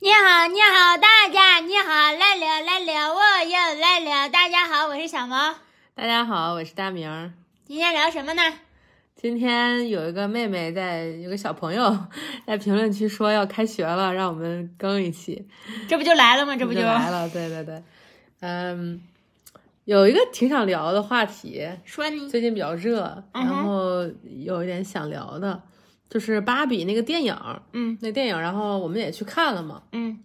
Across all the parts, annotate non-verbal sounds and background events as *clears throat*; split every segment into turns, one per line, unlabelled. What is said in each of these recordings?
你好，你好，大家你好，来了来了，我又来了。大家好，我是小毛。
大家好，我是大明儿。
今天聊什么呢？
今天有一个妹妹在，有个小朋友 *laughs* 在评论区说要开学了，让我们更一期，
这不就来了吗？这不
就来了？对对对，嗯，有一个挺想聊的话题，
说你
最近比较热，
嗯
然
哼
后有一点想聊的，就是芭比那个电影，
嗯
那电影，然后我们也去看了嘛，
嗯，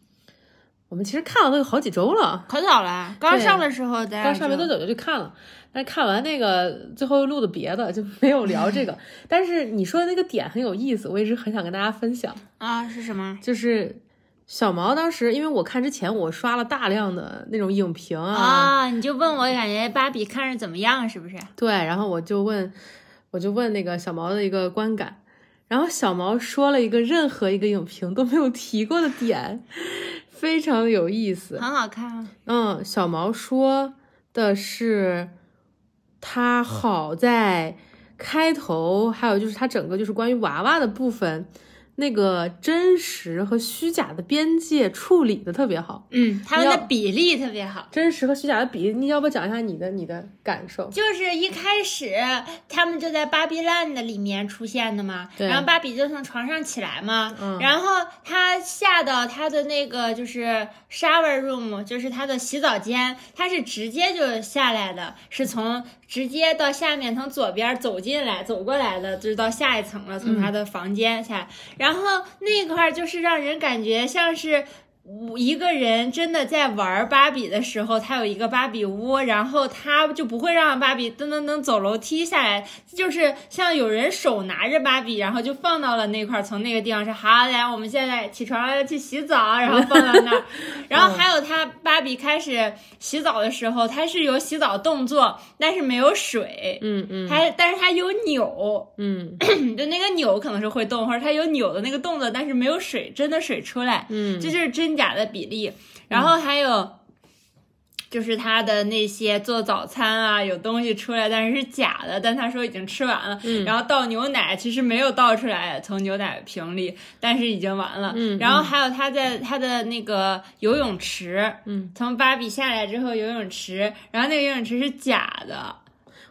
我们其实看了都有好几周了。啊
可早了，刚上的时候咱俩
刚上没
就
多久就去看了，但是看完那个最后录的别的就没有聊这个。但是你说的那个点很有意思，我一直很想跟大家分享。
啊，是什么
就是小毛当时，因为我看之前我刷了大量的那种影评啊，
啊？你就问我感觉芭比看着怎么样，是不是？
对，然后我就问，我就问那个小毛的一个观感。然后小毛说了一个任何一个影评都没有提过的点， *laughs* 非常有意思。
很好看啊。
嗯，小毛说的是，他好在开头，还有就是他整个就是关于娃娃的部分，那个真实和虚假的边界处理的特别好，
嗯，他们
你
的
要
比例特别好。
真实和虚假的比例，你要不讲一下你的你的感受？
就是一开始他们就在芭比 land 里面出现的嘛，
对
然后芭比就从床上起来嘛，
嗯
然后她下到她的那个就是 shower room，就是她的洗澡间，她是直接就下来的，是从直接到下面从左边走进来走过来的，就是到下一层了，
嗯
从她的房间下来，然后那块儿就是让人感觉像是。我一个人真的在玩芭比的时候，他有一个芭比屋，然后他就不会让芭比噔噔噔走楼梯下来，就是像有人手拿着芭比，然后就放到了那块儿，从那个地方说好，来，我们现在起床了，去洗澡，然后放到那儿，然后还有他芭比开始洗澡的时候，他是有洗澡动作，但是没有水，
嗯嗯
还但是他有扭，
嗯
*clears throat* 就那个扭可能是会动，或者它有扭的那个动作，但是没有水，真的水出来，
嗯
这就是真假的比例。然后还有。就是他的那些做早餐啊，有东西出来，但是是假的，但他说已经吃完了。
嗯
然后倒牛奶，其实没有倒出来，从牛奶瓶里，但是已经完了。
嗯
然后还有他在他的那个游泳池，
嗯，
从芭比下来之后游泳池，然后那个游泳池是假的，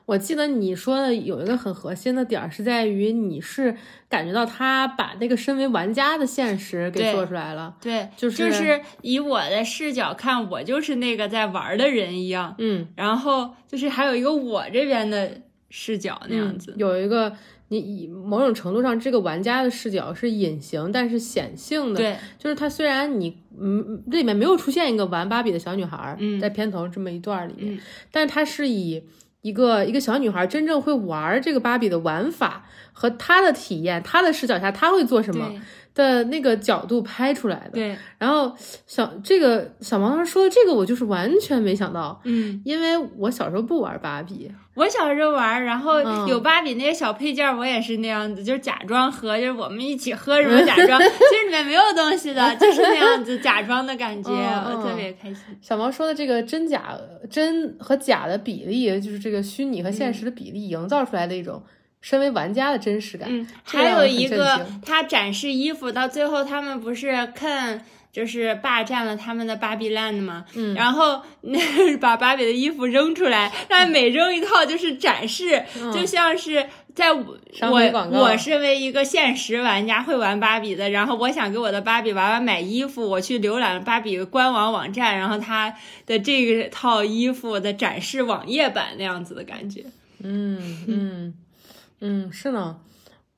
我记得你说的有一个很核心的点儿是在于你是感觉到他把那个身为玩家的现实给
对
做出来了，
对，
就是
就是以我的视角看，我就是那个在玩的人一样，
嗯。
然后就是还有一个我这边的视角那样子。
嗯有一个你以某种程度上，这个玩家的视角是隐形但是显性的，
对，
就是它虽然你嗯这里面没有出现一个玩芭比的小女孩儿，
嗯
在片头这么一段儿里面，
嗯
但是它是以。一个一个小女孩真正会玩儿这个芭比的玩法和她的体验，她的视角下她会做什么
对嗯
的那个角度拍出来的。
对，
然后小这个小毛毛说这个我就是完全没想到，
嗯，
因为我小时候不玩儿芭比，
我小时候玩，然后
嗯
有芭比那些小配件儿，我也是那样子，就是假装喝，就是我们一起喝什么假
*laughs*
装，其实里面没有东西的，就是那样子假装的感觉，
嗯
我
嗯
特别开心。
小毛说的这个真假真和假的比例，就是这个虚拟和现实的比例，营造出来的一种身为玩家的真实感。
嗯，
这个
还
让
有
我很
一
震
个
惊
他展示衣服，到最后他们不是看就是霸占了他们的芭比 land 吗？
嗯
然后那把芭比的衣服扔出来，但每扔一套就是展示，
嗯
就像是在我
商品
我
广告
我身为一个现实玩家会玩芭比的，然后我想给我的芭比娃娃买衣服，我去浏览芭比官网网站，然后它的这个套衣服的展示网页版那样子的感觉。
嗯嗯嗯，是呢。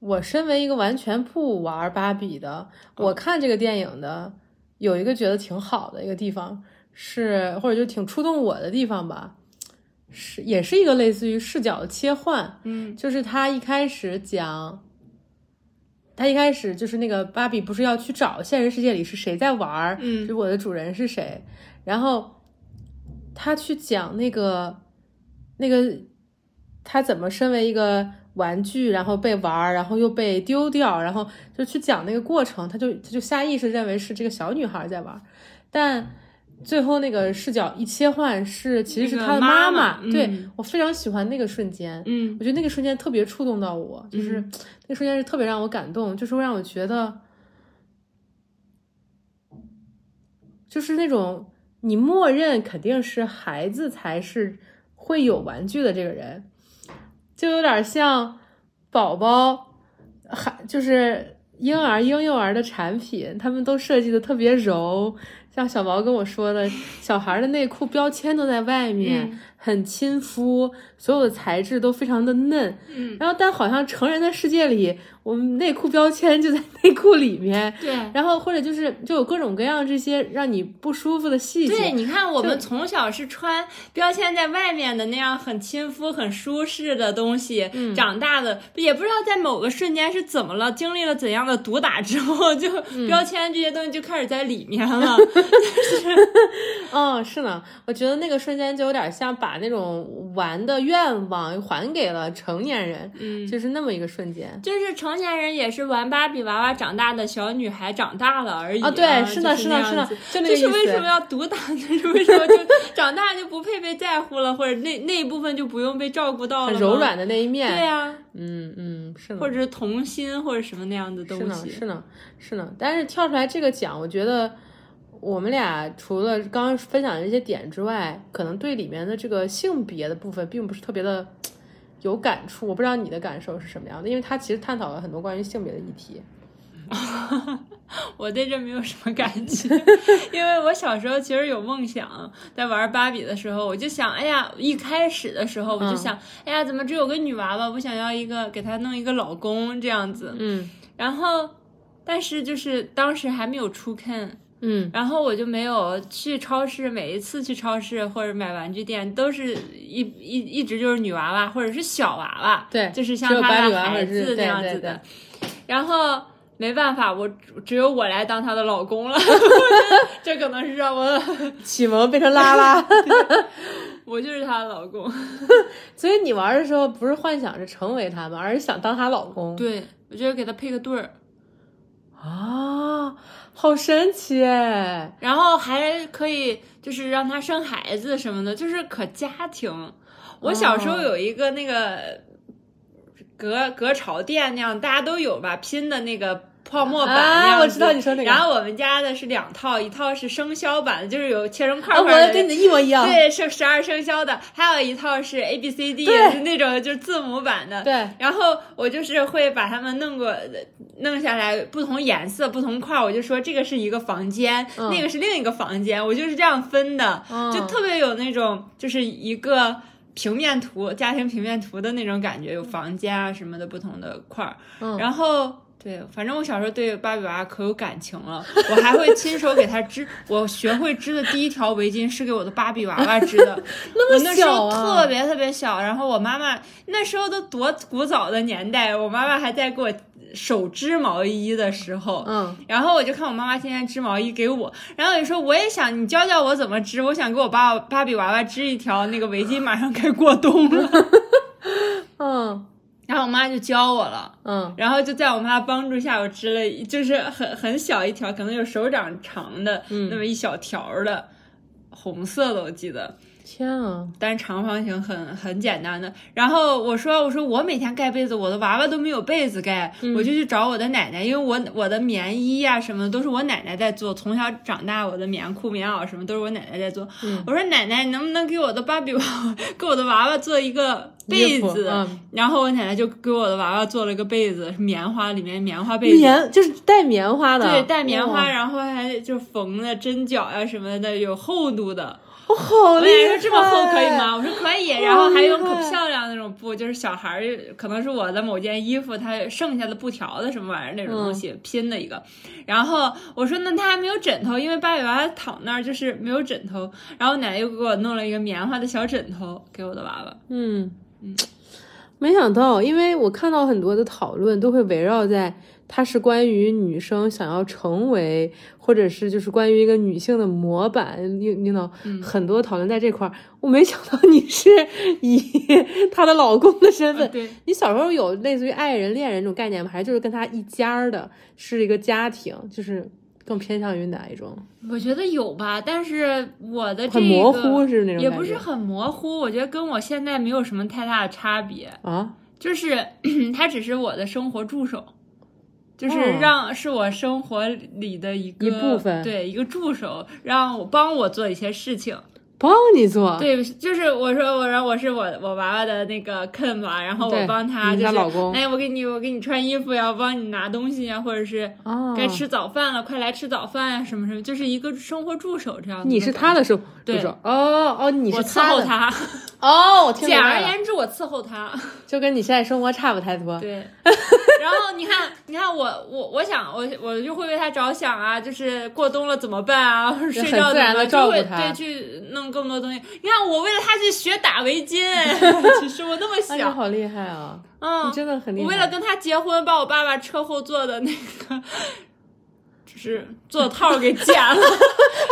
我身为一个完全不玩芭比的，我看这个电影的有一个觉得挺好的一个地方，是或者就挺触动我的地方吧，是也是一个类似于视角的切换。
嗯
就是他一开始讲，他一开始就是那个芭比不是要去找现实世界里是谁在玩儿，
嗯
就是我的主人是谁，然后他去讲那个那个他怎么身为一个玩具，然后被玩儿，然后又被丢掉，然后就去讲那个过程，他就他就下意识认为是这个小女孩在玩儿，但。最后那个视角一切换是，其实是
那个
他的
妈
妈
妈嗯
对、我非常喜欢那个瞬间，
嗯
我觉得那个瞬间特别触动到我，就是、那个瞬间是特别让我感动，就是会让我觉得，就是那种你默认肯定是孩子才是会有玩具的这个人，就有点像宝宝，还就是婴儿、婴幼儿的产品，他们都设计的特别柔。像小毛跟我说的，小孩的内裤标签都在外面，
嗯
很亲肤，所有的材质都非常的嫩。
嗯，
然后，但好像成人的世界里，我们内裤标签就在内裤里面，
对。
然后或者就是就有各种各样这些让你不舒服的细
对，
节。
你看，我们从小是穿标签在外面的那样很亲肤、很舒适的东西、
嗯
长大的，也不知道在某个瞬间是怎么了，经历了怎样的毒打之后，就标签这些东西就开始在里面
*laughs*
了。
嗯，是呢，我觉得那个瞬间就有点像把那种玩的愿望还给了成年人，
嗯
就是那么一个瞬间。
就是成年人也是玩芭比娃娃长大的小女孩长大了而已
啊，对，是的，
就是那
的，
样
是的
子，
就那个
这
意思。
是为什么要独打呢？这是为什么就长大就不配被在乎了，或者那那一部分就不用被照顾到了？
很柔，软的那一面？
对呀、
嗯嗯，是呢
或。者是童心或者什么那样的
是
东
呢，
西。
是呢，是呢。但是跳出来这个奖，我觉得我们俩除了刚刚分享的这些点之外，可能对里面的这个性别的部分并不是特别的有感触。我不知道你的感受是什么样的，因为它其实探讨了很多关于性别的议题。
我对这没有什么感
*laughs*
觉，因为我小时候其实有梦想，在玩芭比的时候，我就想，哎呀，一开始的时候
嗯
我就想，哎呀，怎么只有个女娃娃？我想要一个给她弄一个老公这样子。
嗯
然后，但是就是当时还没有出 Ken，
*laughs* 嗯
然后我就没有去超市，每一次去超市或者买玩具店，都是一一一直就是女娃娃或者是小娃娃，
对
就是
只
像
有芭
他
比
的
娃娃
孩
是
子那
对
样
对
子的。
对
然后没办法，我只有我来当她的老
*laughs*
公了， *laughs* 我觉得这可能是让我 *laughs*
启蒙变成拉拉。 *laughs*
我就是她的老公，
所以你玩的时候不是幻想着成为他们，而是想当她老公。
对我就是给她配个对儿。
啊，好
*laughs*
神奇哎！
然后还可以就是让他生孩子什么的，就是可家庭。我小时
哦
候有一个那个隔隔潮垫那样，大家都有吧，拼的那个。泡沫板那样
啊
子
我知道你说那个
然后我们家的是两套，一套是生肖版的，就是有切成块
啊，
块的。
我跟你的一模一样。
对，是十二生肖的，还有一套是 A B C D，
对
是那种就是字母版的。
对
然后我就是会把它们弄过，弄下来不同颜色、不同块儿，我就说这个是一个房间，
嗯
那个是另一个房间，我就是这样分的，
嗯
就特别有那种就是一个平面图、家庭平面图的那种感觉，有房间啊什么的不同的块儿。
嗯
然后对，反正我小时候对芭比娃娃可有感情了，我还会亲手给她织。我学会织的第一条围巾是给我的芭比娃娃织的，
*laughs* 那
我
么
那时
小
候
啊，
特别特别小，然后我妈妈那时候都多古早的年代，我妈妈还在给我手织毛衣的时候，
嗯。
然后我就看我妈妈天天织毛衣给我，然后我就说我也想你教教我怎么织，我想给我芭芭比娃娃织一条那个围巾，马上该过冬了。 *laughs*
嗯
然后我妈就教我了，
嗯
然后就在我妈帮助下，我织了一就是很很小一条，可能有手掌长的、那么一小条儿的红色的，我记得。，
天啊！
但是长方形很很简单的。然后我说我说我每天盖被子，我的娃娃都没有被子盖，
嗯
我就去找我的奶奶，因为我我的棉衣啊什么的都是我奶奶在做，从小长大我的棉裤、棉袄什么都是我奶奶在做。
嗯
我说奶奶，你能不能给我的芭比娃娃给我的娃娃做一个被
衣服
子？
嗯
然后我奶奶就给我的娃娃做了个被子，是棉花里面棉花被子。
棉就是带棉花的，
对，带棉花，
哇，
然后还就缝的针脚呀、什么的，有厚度的。
我好
我
厉
奶奶说
害！
这么厚可以？吗？我说可以，然后还用
厉
可
害
漂亮那种布，就是小孩儿可能是我的某件衣服，它剩下的布条的什么玩意儿那种东西拼的一个。然后我说那他还没有枕头，因为芭比娃娃躺那儿就是没有枕头。然后奶奶又给我弄了一个棉花的小枕头给我的娃娃。
嗯没想到，因为我看到很多的讨论都会围绕在它是关于女生想要成为，或者是就是关于一个女性的模板，你你 know，很
嗯
多讨论在这块儿。我没想到你是以她的老公的身
啊
份。
对，
你小时候有类似于爱人、恋人这种概念吗？还是就是跟他一家儿的，是一个家庭，就是更偏向于哪一种？
我觉得有吧，但是我的这
很
个
模糊是那种
也
感
不是
觉
很模糊，我觉得跟我现在没有什么太大的差别，
啊，
*clears throat* 就是它只是我的生活助手。就是让是我生活里的一个
哦一部分
对一个助手，让我帮我做一些事情。
帮你做，
对，就是我说我说我是我我娃娃的那个 Ken 嘛，然后
对
我帮他
你
就是
她老公
哎，我给你我给你穿衣服呀，我帮你拿东西呀，或者是
哦
该吃早饭了，快来吃早饭呀，什么什么，就是一个生活助手这样的。
你是他的手，
对
就说哦哦，你
我
是
伺候
的，
他。
哦，我听明
*laughs* 简而
白了，
言之，我伺候他。
就跟你现在生活差不太多， *laughs*
对，然后你看，你看我我我想我我就会为他着想啊，就是过冬了怎么办
*laughs*
啊，或者睡觉
很自
怎
然地
么
照
就
顾
会
他
对去弄更多东西。你看我为了他去学打围
*laughs*
巾，哎其实我那么
哎，你
想，
好厉害啊，你
嗯，
真的很厉害。
我为了跟他结婚，把我爸爸车后座的那个 *laughs* 就是座套给剪了。 *laughs*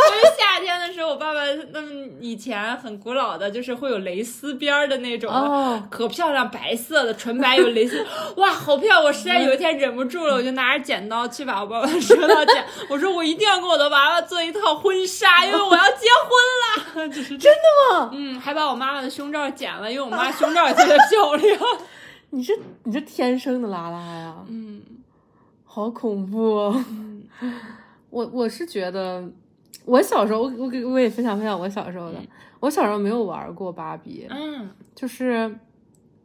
因为夏天的时候，我爸爸那么以前很古老的，就是会有蕾丝边儿的那种，
哦
可漂亮，白色的纯白有蕾
*laughs*
丝，哇，好漂亮！我实在有一天忍不住了，
嗯
我就拿着剪刀去把我爸爸的车道
*laughs*
剪，我说我一定要给我的娃娃做一套婚纱，因为我要结婚
*laughs*
了，就是真
的吗？
嗯，还把我妈妈的胸罩剪了，因为我妈胸罩也特别漂亮，
你这你这天生的拉拉呀，
*laughs* 嗯。
好恐怖、哦！ *laughs* 我我是觉得，我小时候我我给我也分享分享我小时候的，我小时候没有玩过芭比，
嗯
就是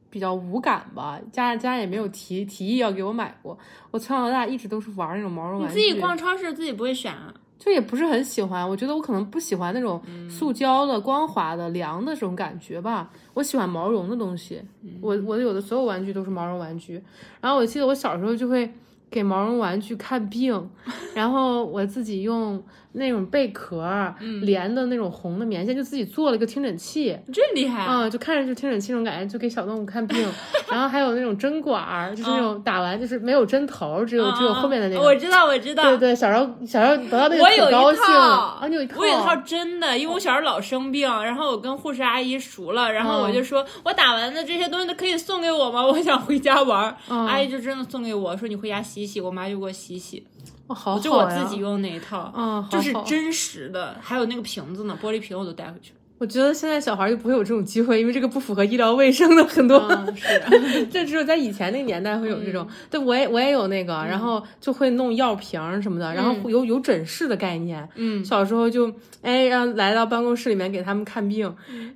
比较无感吧，家家人也没有提提议要给我买过。我从小到大一直都是玩那种毛绒
你
玩具，
自己逛超市自己不会选啊？
就也不是很喜欢，我觉得我可能不喜欢那种
嗯
塑胶的、光滑的、凉的这种感觉吧。我喜欢毛绒的东西，
嗯
我我有的所有玩具都是毛绒玩具。然后我记得我小时候就会给毛绒玩具
*laughs*
看病，然后我自己用那种贝壳儿
嗯
连的那种红的棉线，就自己做了一个听诊器。
你真厉害！
嗯，就看着就听诊器那种感觉，就给小动物看病，
*laughs*
然后还有那种针管儿，就是那种打完就是没有针头儿，只有只有后面的那
嗯
个。
嗯我知道，我知道。
对对，小时候小时候得到那个
我有
可高
一
兴
套，
了啊，你有一套，
我有一套真的，因为我小时候老生病，然后我跟护士阿姨熟了，然后我
嗯
就说，我打完的这些东西都可以送给我吗？我想回家玩。
嗯
阿姨就真的送给我，说你回家洗洗，我妈就给我洗洗，
哦好好
就我
呀
自己用那一套，
嗯好
就是
好
真实的，还有那个瓶子呢，玻璃瓶我都带回去了。
我觉得现在小孩就不会有这种机会，因为这个不符合医疗卫生的很多。
嗯，是，
*laughs* 啊这只有在以前那个年代会有这种。对，我也我也有那个，
嗯
然后就会弄药瓶儿什么的，然后会有有诊室的概念。
*laughs* 嗯
小时候就哎，让来到办公室里面给他们看病，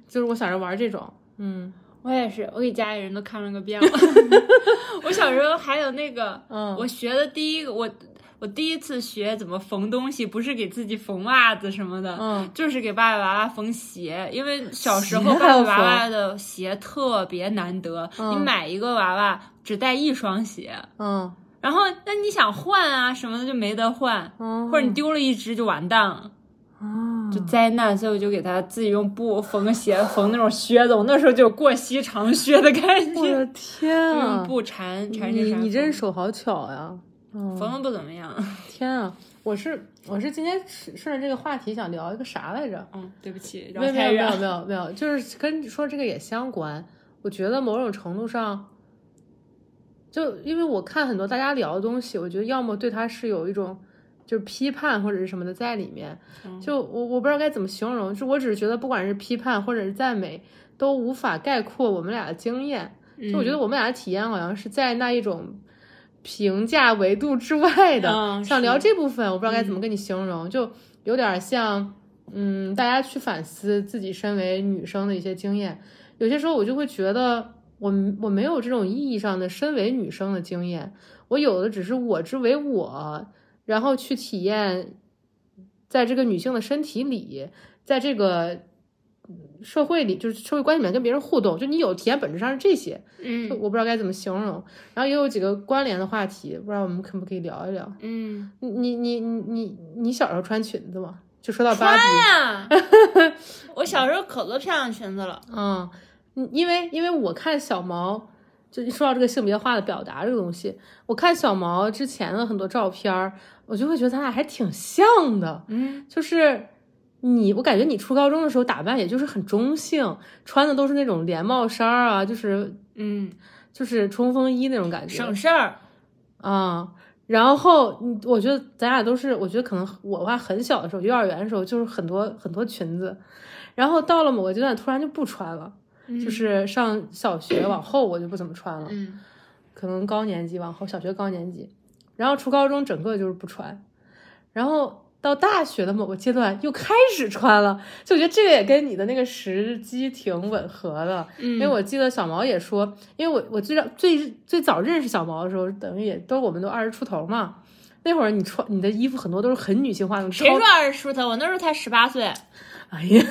就是我小时候玩这种。嗯
我也是，我给家里人都看了个
*laughs*
遍了。我小时候还有那个，
嗯
我学的第一个，我我第一次学怎么缝东西，不是给自己缝袜子什么的，
嗯，
就是给爸爸娃娃缝鞋，因为小时候爸
鞋还
爸
要
娃娃的鞋特别难得，你买一个娃娃只带一双鞋，
嗯
然后那你想换啊什么的就没得换，
嗯，
或者你丢了一只就完蛋了。
啊
就灾难，所以我就给他自己用布缝个鞋，缝那种靴子。我那时候就有过膝长靴的概
我
念，
的天
就
啊
用！布缠缠着
你
啥
你真
缝
手好巧呀！嗯，
缝的不怎么样。
天啊！我是我是今天顺顺着这个话题想聊一个啥来着？
嗯，对不起，
没
聊
有没
太
有没
远
有
了。
没有没有，就是跟你说这个也相关。我觉得某种程度上，就因为我看很多大家聊的东西，我觉得要么对它是有一种就是批判或者是什么的在里面。
嗯
就我我不知道该怎么形容，就我只是觉得不管是批判或者是赞美，都无法概括我们俩的经验。就
嗯
我觉得我们俩的体验好像是在那一种评价维度之外的。
嗯
想
是嗯
聊这部分，我不知道该怎么跟你形容，就有点像，嗯，大家去反思自己身为女生的一些经验。有些时候我就会觉得我，我没有这种意义上的身为女生的经验，我有的只是我之为我，然后去体验，在这个女性的身体里，在这个。社会里就是社会关系里面跟别人互动，就你有体验本质上是这些，就 *laughs*
嗯
我不知道该怎么形容。然后也有几个关联的话题，不知道我们可不可以聊一聊？
嗯，
你你你你你小时候穿裙子吗？就说到
穿
芭比，
哎
*laughs*
呀！我小时候可多漂亮裙子了。
嗯，嗯因为因为我看小毛，就说到这个性别化的表达这个东西，我看小毛之前的很多照片儿，我就会觉得他俩还挺像的，
嗯，
就是。你，我感觉你初高中的时候打扮也就是很中性，穿的都是那种连帽衫儿啊，就是
嗯，
就是冲锋衣那种感觉，
省事儿。
啊、然后嗯我觉得咱俩都是，我觉得可能我吧很小的时候，幼儿园的时候就是很多很多裙子，然后到了某个阶段突然就不穿了，就是上小学往后我就不怎么穿了，
嗯
可能高年级往后，小学高年级，然后初高中整个就是不穿，然后到大学的某个阶段又开始穿了，就我觉得这个也跟你的那个时机挺吻合的，
嗯
因为我记得小毛也说，因为我我最早最最早认识小毛的时候，等于也都我们都二十出头嘛，那会儿你穿你的衣服很多都是很女性化的，
谁
超
说二十出头？我那时候才十八岁，
哎呀，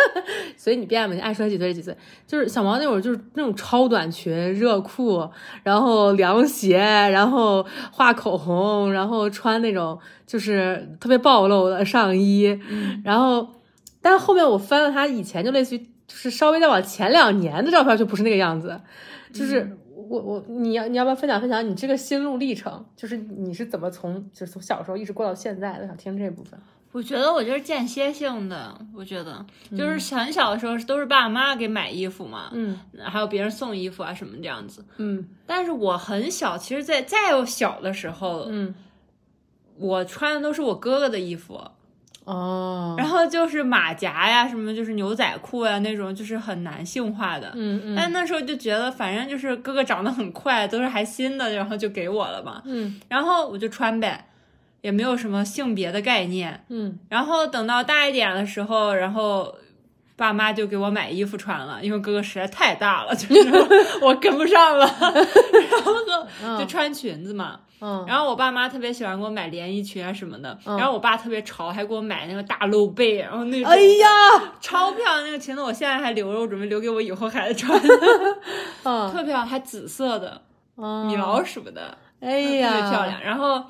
*laughs* 所以你变了嘛，你爱穿几岁是几岁。就是小毛那会儿就是那种超短裙、热裤，然后凉鞋，然后画口红，然后穿那种就是特别暴露的上衣，然后，但后面我翻了他以前就类似于就是稍微再往前两年的照片就不是那个样子，就是我我你要你要不要分享分享你这个心路历程，就是你是怎么从就是从小时候一直过到现在的，想听这部分。
我觉得我就是间歇性的，我觉得就是很小的时候都是爸妈给买衣服嘛，
嗯
还有别人送衣服啊什么这样子。
嗯
但是我很小，其实在再小的时候，
嗯
我穿的都是我哥哥的衣服，
哦，
然后就是马甲呀什么，就是牛仔裤呀那种，就是很男性化的。
嗯嗯
但那时候就觉得，反正就是哥哥长得很快，都是还新的，然后就给我了嘛。
嗯
然后我就穿呗，也没有什么性别的概念。
嗯
然后等到大一点的时候，然后爸妈就给我买衣服穿了，因为哥哥实在太大了，就是 *laughs* 我跟不上了，然后就穿裙子嘛。
嗯，
然后我爸妈特别喜欢给我买连衣裙啊什么的，
嗯
然后我爸特别潮，还给我买那个大露背，然后那种、
哎呀，
超漂亮那个裙子，我现在还留着，我准备留给我以后孩子穿， *laughs*
嗯
特漂亮，还紫色的米老
鼠，
鼠的，
嗯哎
特
呀，
别漂亮。，然后，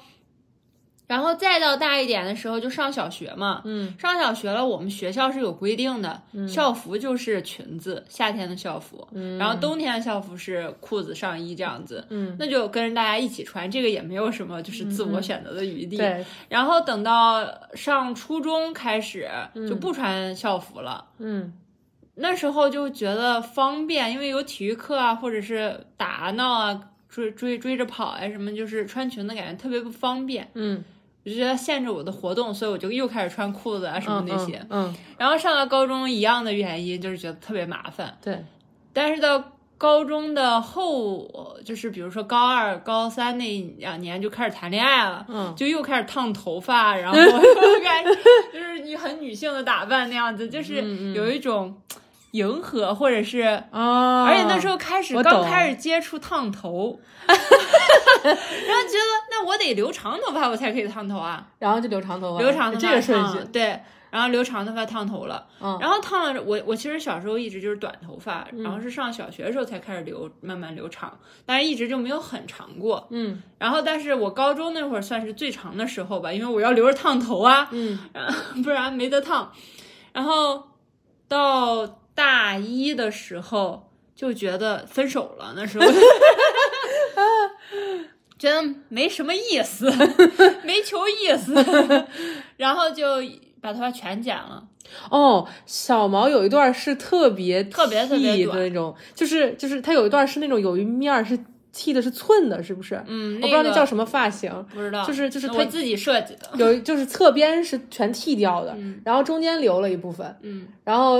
然后再到大一点的时候，就上小学嘛。
嗯
上小学了，我们学校是有规定的，校服就是裙子，夏天的校服，
嗯
然后冬天的校服是裤子、上衣这样子。
嗯，
那就跟着大家一起穿，这个也没有什么就是自我选择的余地。
对，
然后等到上初中开始就不穿校服了，
嗯
那时候就觉得方便，因为有体育课啊，或者是打闹啊，追追追着跑啊什么，就是穿裙子感觉特别不方便，
嗯，
我就觉得限制我的活动，所以我就又开始穿裤子啊什么
嗯
那些。，
嗯，嗯
然后上到高中一样的原因，就是觉得特别麻烦。
对，
但是到高中的后，就是比如说高二、高三那两年就开始谈恋爱了，
嗯
就又开始烫头发，然后 *laughs* 又开始就是你很女性的打扮那样子，
嗯
就是有一种迎合或者是。
哦，
而且那时候开始
我懂
刚开始接触烫头，
*laughs*
然后觉得那我得留长头发我才可以烫头啊，
然后就留长头发，
留长头发
这个顺
烫
序，
对，然后留长头发烫头了，
嗯
然后烫了我我其实小时候一直就是短头发，然后是上小学的时候才开始留慢慢留长，但是一直就没有很长过。
嗯
然后但是我高中那会儿算是最长的时候吧，因为我要留着烫头啊，
嗯
不然没得烫。然后到大一的时候就觉得分手了，那时候觉得没什么意思，没球意思， *laughs* 然后就把头发全剪了。
哦，小毛有一段是特别特
别特别
的
短
那种，就是就是它有一段是那种有一面儿是剃的是寸的，是不是？
嗯，
我不知道
那个
那叫什么发型，
不知道，
就是就是
那
它
我自己设计 *laughs* 的。
有一就是侧边是全剃掉的，然后中间留了一部分，
嗯，
然后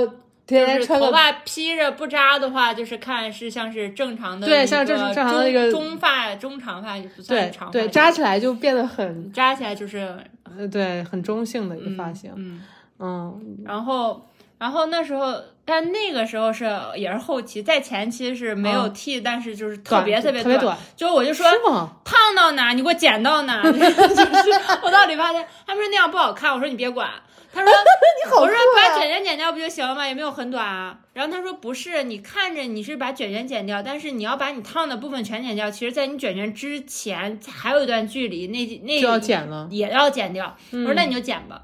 就
天天
是
穿
头
个
发披着不扎的话，就是看是像是正常的一个
对
中，
像正正常的一个
中发、中长发就不
对
算长发，
对扎起来就变得很
扎起来就是
呃对很中性的一个发型，
嗯，
嗯
然后。然后那时候，但那个时候是也是后期，在前期是没有剃，但是就是特
嗯短
别特
特别短，
就我就说
是吗？
烫到哪儿你给我剪到
*laughs*
哪儿，就是我到理发店，他们说那样不好看，我说你别管，他说
*laughs* 你好
我说
酷
把
啊
卷卷剪掉不就行了吗？也没有很短啊。然后他说不是，你看着你是把卷卷剪掉，但是你要把你烫的部分全剪掉。其实，在你卷卷之前还有一段距离，那那
就要剪了，
也要剪掉。我说那你就剪吧。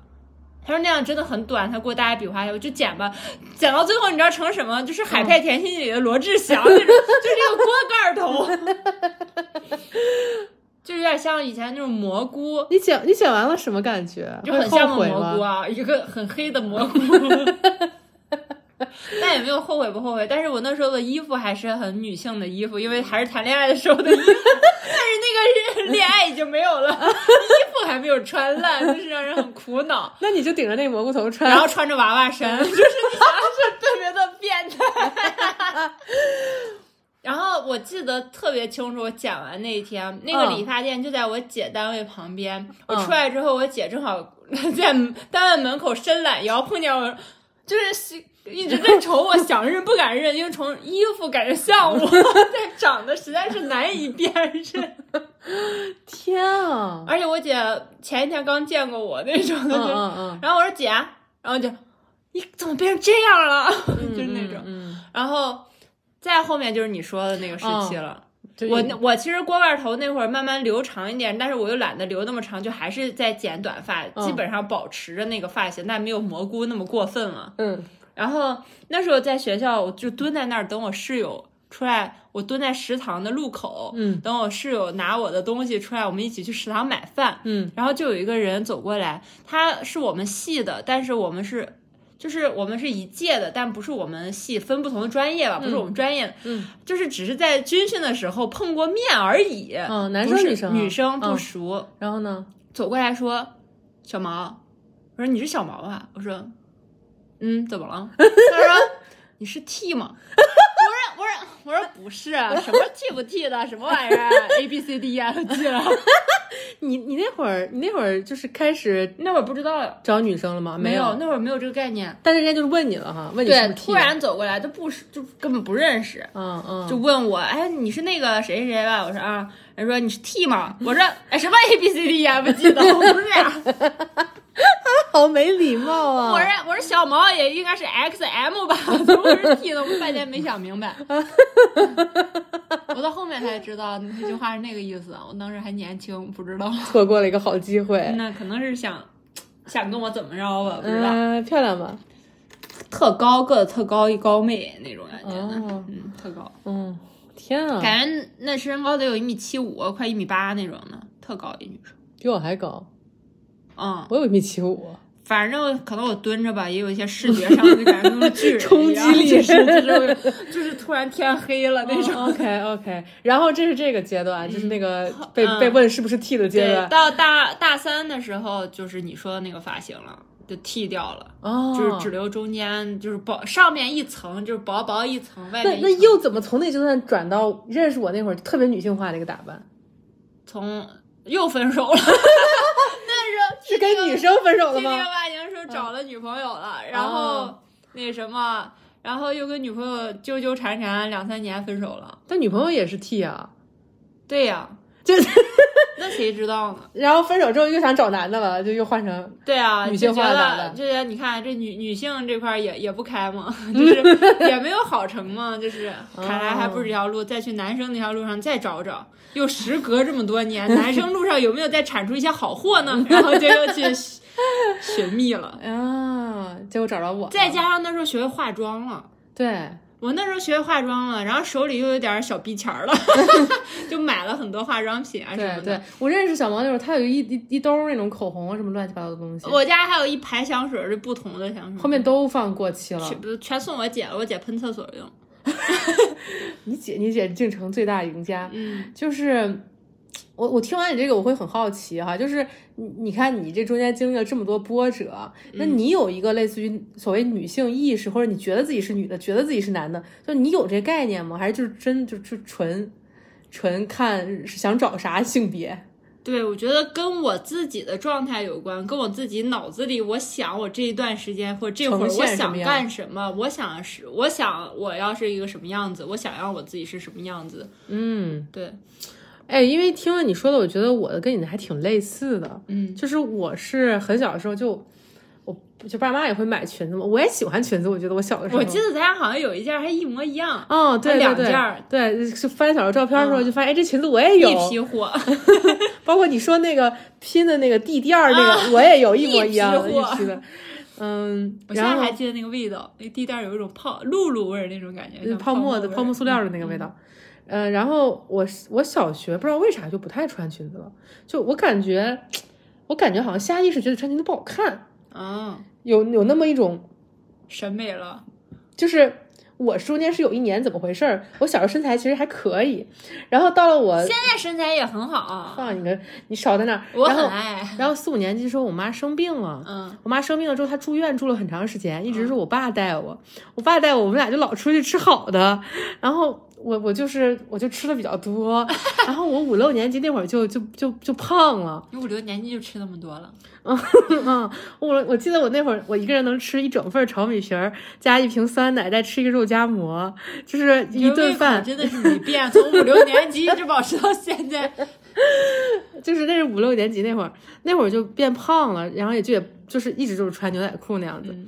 他说那样真的很短，他给我大家比划一下，我就剪吧，剪到最后你知道成什么？就是《海派甜心》里的罗志祥那种， *laughs* 就是一个锅盖头， *laughs* 就有点像以前那种蘑菇，
你剪你剪完了什么感觉？
就
会
很像
后
个
悔
蘑菇
吗？
啊，一个很黑的蘑
*laughs*
菇。但也没有后悔不后悔，但是我那时候的衣服还是很女性的衣服，因为还是谈恋爱的时候的衣服， *laughs* 但是那个是恋爱已经没有了， *laughs* 衣服还没有穿烂，就是让人很苦恼。
那你就顶着那蘑菇头穿，
然后穿着娃
*laughs*
娃衫，就是你想是特别的变态。 *laughs* 然后我记得特别清楚，我讲完那一天，那个
嗯
理发店就在我姐单位旁边。我
嗯
出来之后，我姐正好在 *laughs* 单位门口伸懒腰，碰见我，就是是一直在瞅我，想认不敢认，因为从衣服感觉像
*laughs*
我，但长得实在是难以辨认。
天啊！
而且我姐前一天刚见过我那种
嗯
的， *laughs* 就
嗯嗯，
然后我说姐，啊然后就你怎么变成这样了， *laughs*
嗯
就是那种。
嗯，
然后再后面就是你说的那个时期了。
嗯
我我其实锅盖头那会儿慢慢留长一点，但是我又懒得留那么长，就还是在剪短发，
嗯
基本上保持着那个发型，但没有蘑菇那么过分了。
嗯
然后那时候在学校，我就蹲在那儿等我室友出来，我蹲在食堂的路口，
嗯
等我室友拿我的东西出来，我们一起去食堂买饭。
嗯
然后就有一个人走过来，他是我们系的，但是我们是。就是我们是一届的，但不是我们系分不同的专业吧，不是我们专业，
嗯
就是只是在军训的时候碰过面而已。
嗯，男
呃不
生
是
女生啊
女生不
嗯
熟，
然后呢？
走过来说：“小毛。”我说：“你是小毛吧？”我说：“嗯，怎么了？”他说：“你是 T 吗？” *laughs* 我说：“我说我说不是啊，什么 T 不 T 的，什么玩意儿啊？A B C D E F G
*laughs*
了。
你你那会儿你那会儿就是开始”
那会儿不知道呀，
找女生了吗？
没
啊有，
那会儿没有这个概念。
但是人家就是问你了哈，问你是
对，
不是 T
突然走过来都不是，就根本不认识，
嗯嗯，
就问我：“哎，你是那个谁谁谁吧？”我说：“啊。”人说：“你是 T 吗？”我说：“ *laughs* 哎，什么 A B C D E F G 的？我不是
*laughs*
啊。”
嗯好没礼貌 *laughs* 啊！
我是我是小毛，也应该是 X M 吧？ *laughs* 怎么会是 T 呢？我半天没想
*laughs*
明白。我到后面才知道那句话是那个意思。我当时还年轻，不知道。
错过了一个好机会。
那可能是想想跟我怎么着吧，不知道。
嗯、漂亮吧？
特高个子，特高一高妹那种感觉呢。
哦
嗯，特高，
嗯，天啊，
感觉那身高得有一米七五，快一米八那种的，特高一女生。
比我还高，
嗯，
我有一米七 *laughs* 五，
反正可能我蹲着吧，也有一些视觉上的感觉，跟个巨人一样
冲击力
啊就
嗯
是 *laughs* 就是就是突然天黑了那种。
*laughs* OK OK，然后这是这个阶段，就是那个被、
嗯
被问是不是 T 的
*laughs*
阶
对，
段，
到大大三的时候，就是你说的那个发型了，就剃掉了，
哦，
就是只留中间，就是薄上面一层，就是薄薄一层，外
那
面
那
一层。
又怎么从那阶段转到认识我那会儿就特别女性化的一个打扮？
从又分手了，
*laughs*
*laughs*
是跟女生分手
剃
了 *laughs*
这个
吗？哦
发型时候找了女朋友了，然后那什么，然后又跟女朋友纠纠缠缠两三年分手了。
但女朋友也是 T 啊，
对呀、
*laughs* 就
那谁知道呢？
然后分手之后又想找男的了，就又换成
对啊，
女性化
就觉
打
得
扮
就觉得你看这女女性这块儿也也不开
*laughs*
嘛，就是也没有好成嘛，就是
哦
看来还不是这条路，再去男生那条路上再找找。又时隔这么多年，男生路上有没有再产出一些好货
*laughs*
呢？然后就又去寻寻觅了。
啊，结果找着我了，
再加上那时候学会化妆了，
对，
我那时候学会化妆了，然后手里又有点小逼钱
*laughs*
儿了， *laughs* 就买了很多化妆品啊什么
对
的。
对，我认识小毛那会儿，他有一一一兜儿那种口红啊什么乱七八糟的东西，
我家还有一排香水儿，是不同的香水儿，
后面啊都放过期了。
全全送我姐了，我姐喷厕所用。
你姐，你姐进城最大赢家，
嗯。
就是。我我听完你这个，我会很好奇哈，就是你你看你这中间经历了这么多波折，那你有一个类似于所谓女性意识，或者你觉得自己是女的，觉得自己是男的，就你有这概念吗？还是就是真就就纯纯看想找啥性别？
对，我觉得跟我自己的状态有关，跟我自己脑子里我想我这一段时间或者这会儿
呈
我
现什
想
么样
干什么，我想是我想我要是一个什么样子，我想要我自己是什么样子。
嗯，
对，
哎，因为听了你说的，我觉得我的跟你的还挺类似的，
嗯
就是我是很小的时候就，我就爸妈也会买裙子嘛，我也喜欢裙子，我觉得我小的时候，
我记得咱俩好像有一件儿还一模一样，
哦，对对
两
对，
件儿嗯
对，就翻小时候照片的时候就发现，哎，这裙子我也有，
一批货，
包括你说那个拼的那个地垫儿那个，我也有一模
啊 *laughs* 一
一样的
批
一
货
批的，嗯，
我现
然
在
后
还记得那个味道，那地垫儿有一种泡露露味儿那种感觉，
呃
像
泡沫
沫味
的
儿嗯
泡沫塑料的那个味道。呃，然后我是我小学不知道为啥就不太穿裙子了，就我感觉，我感觉好像下意识觉得穿裙子不好看，
啊，
有有那么一种，
审美了，
就是我中间是有一年怎么回事儿，我小时候身材其实还可以，然后到了我
现在身材也很好，
放你个你少在那儿，
我
然
很
后
爱，
然后四五年级的时候我妈生病了，
嗯，
我妈生病了之后，她住院住了很长时间，一直是我爸带我，我爸带我，我们俩就老出去吃好的，然后我我就是我就吃的比较多，然后我五六年级那会儿就就就就胖了，
你五六年级就吃那么多了，
嗯，我我记得我那会儿我一个人能吃一整份炒米皮儿，加一瓶酸奶，再吃一个肉夹馍，就是
你这
一顿
胃口
饭，
真的是没变，从五六年级一直保持到现
*laughs*
在。
就是那是五六年级那会儿，那会儿就变胖了，然后也就也就是一直就是穿牛仔裤那样子。
嗯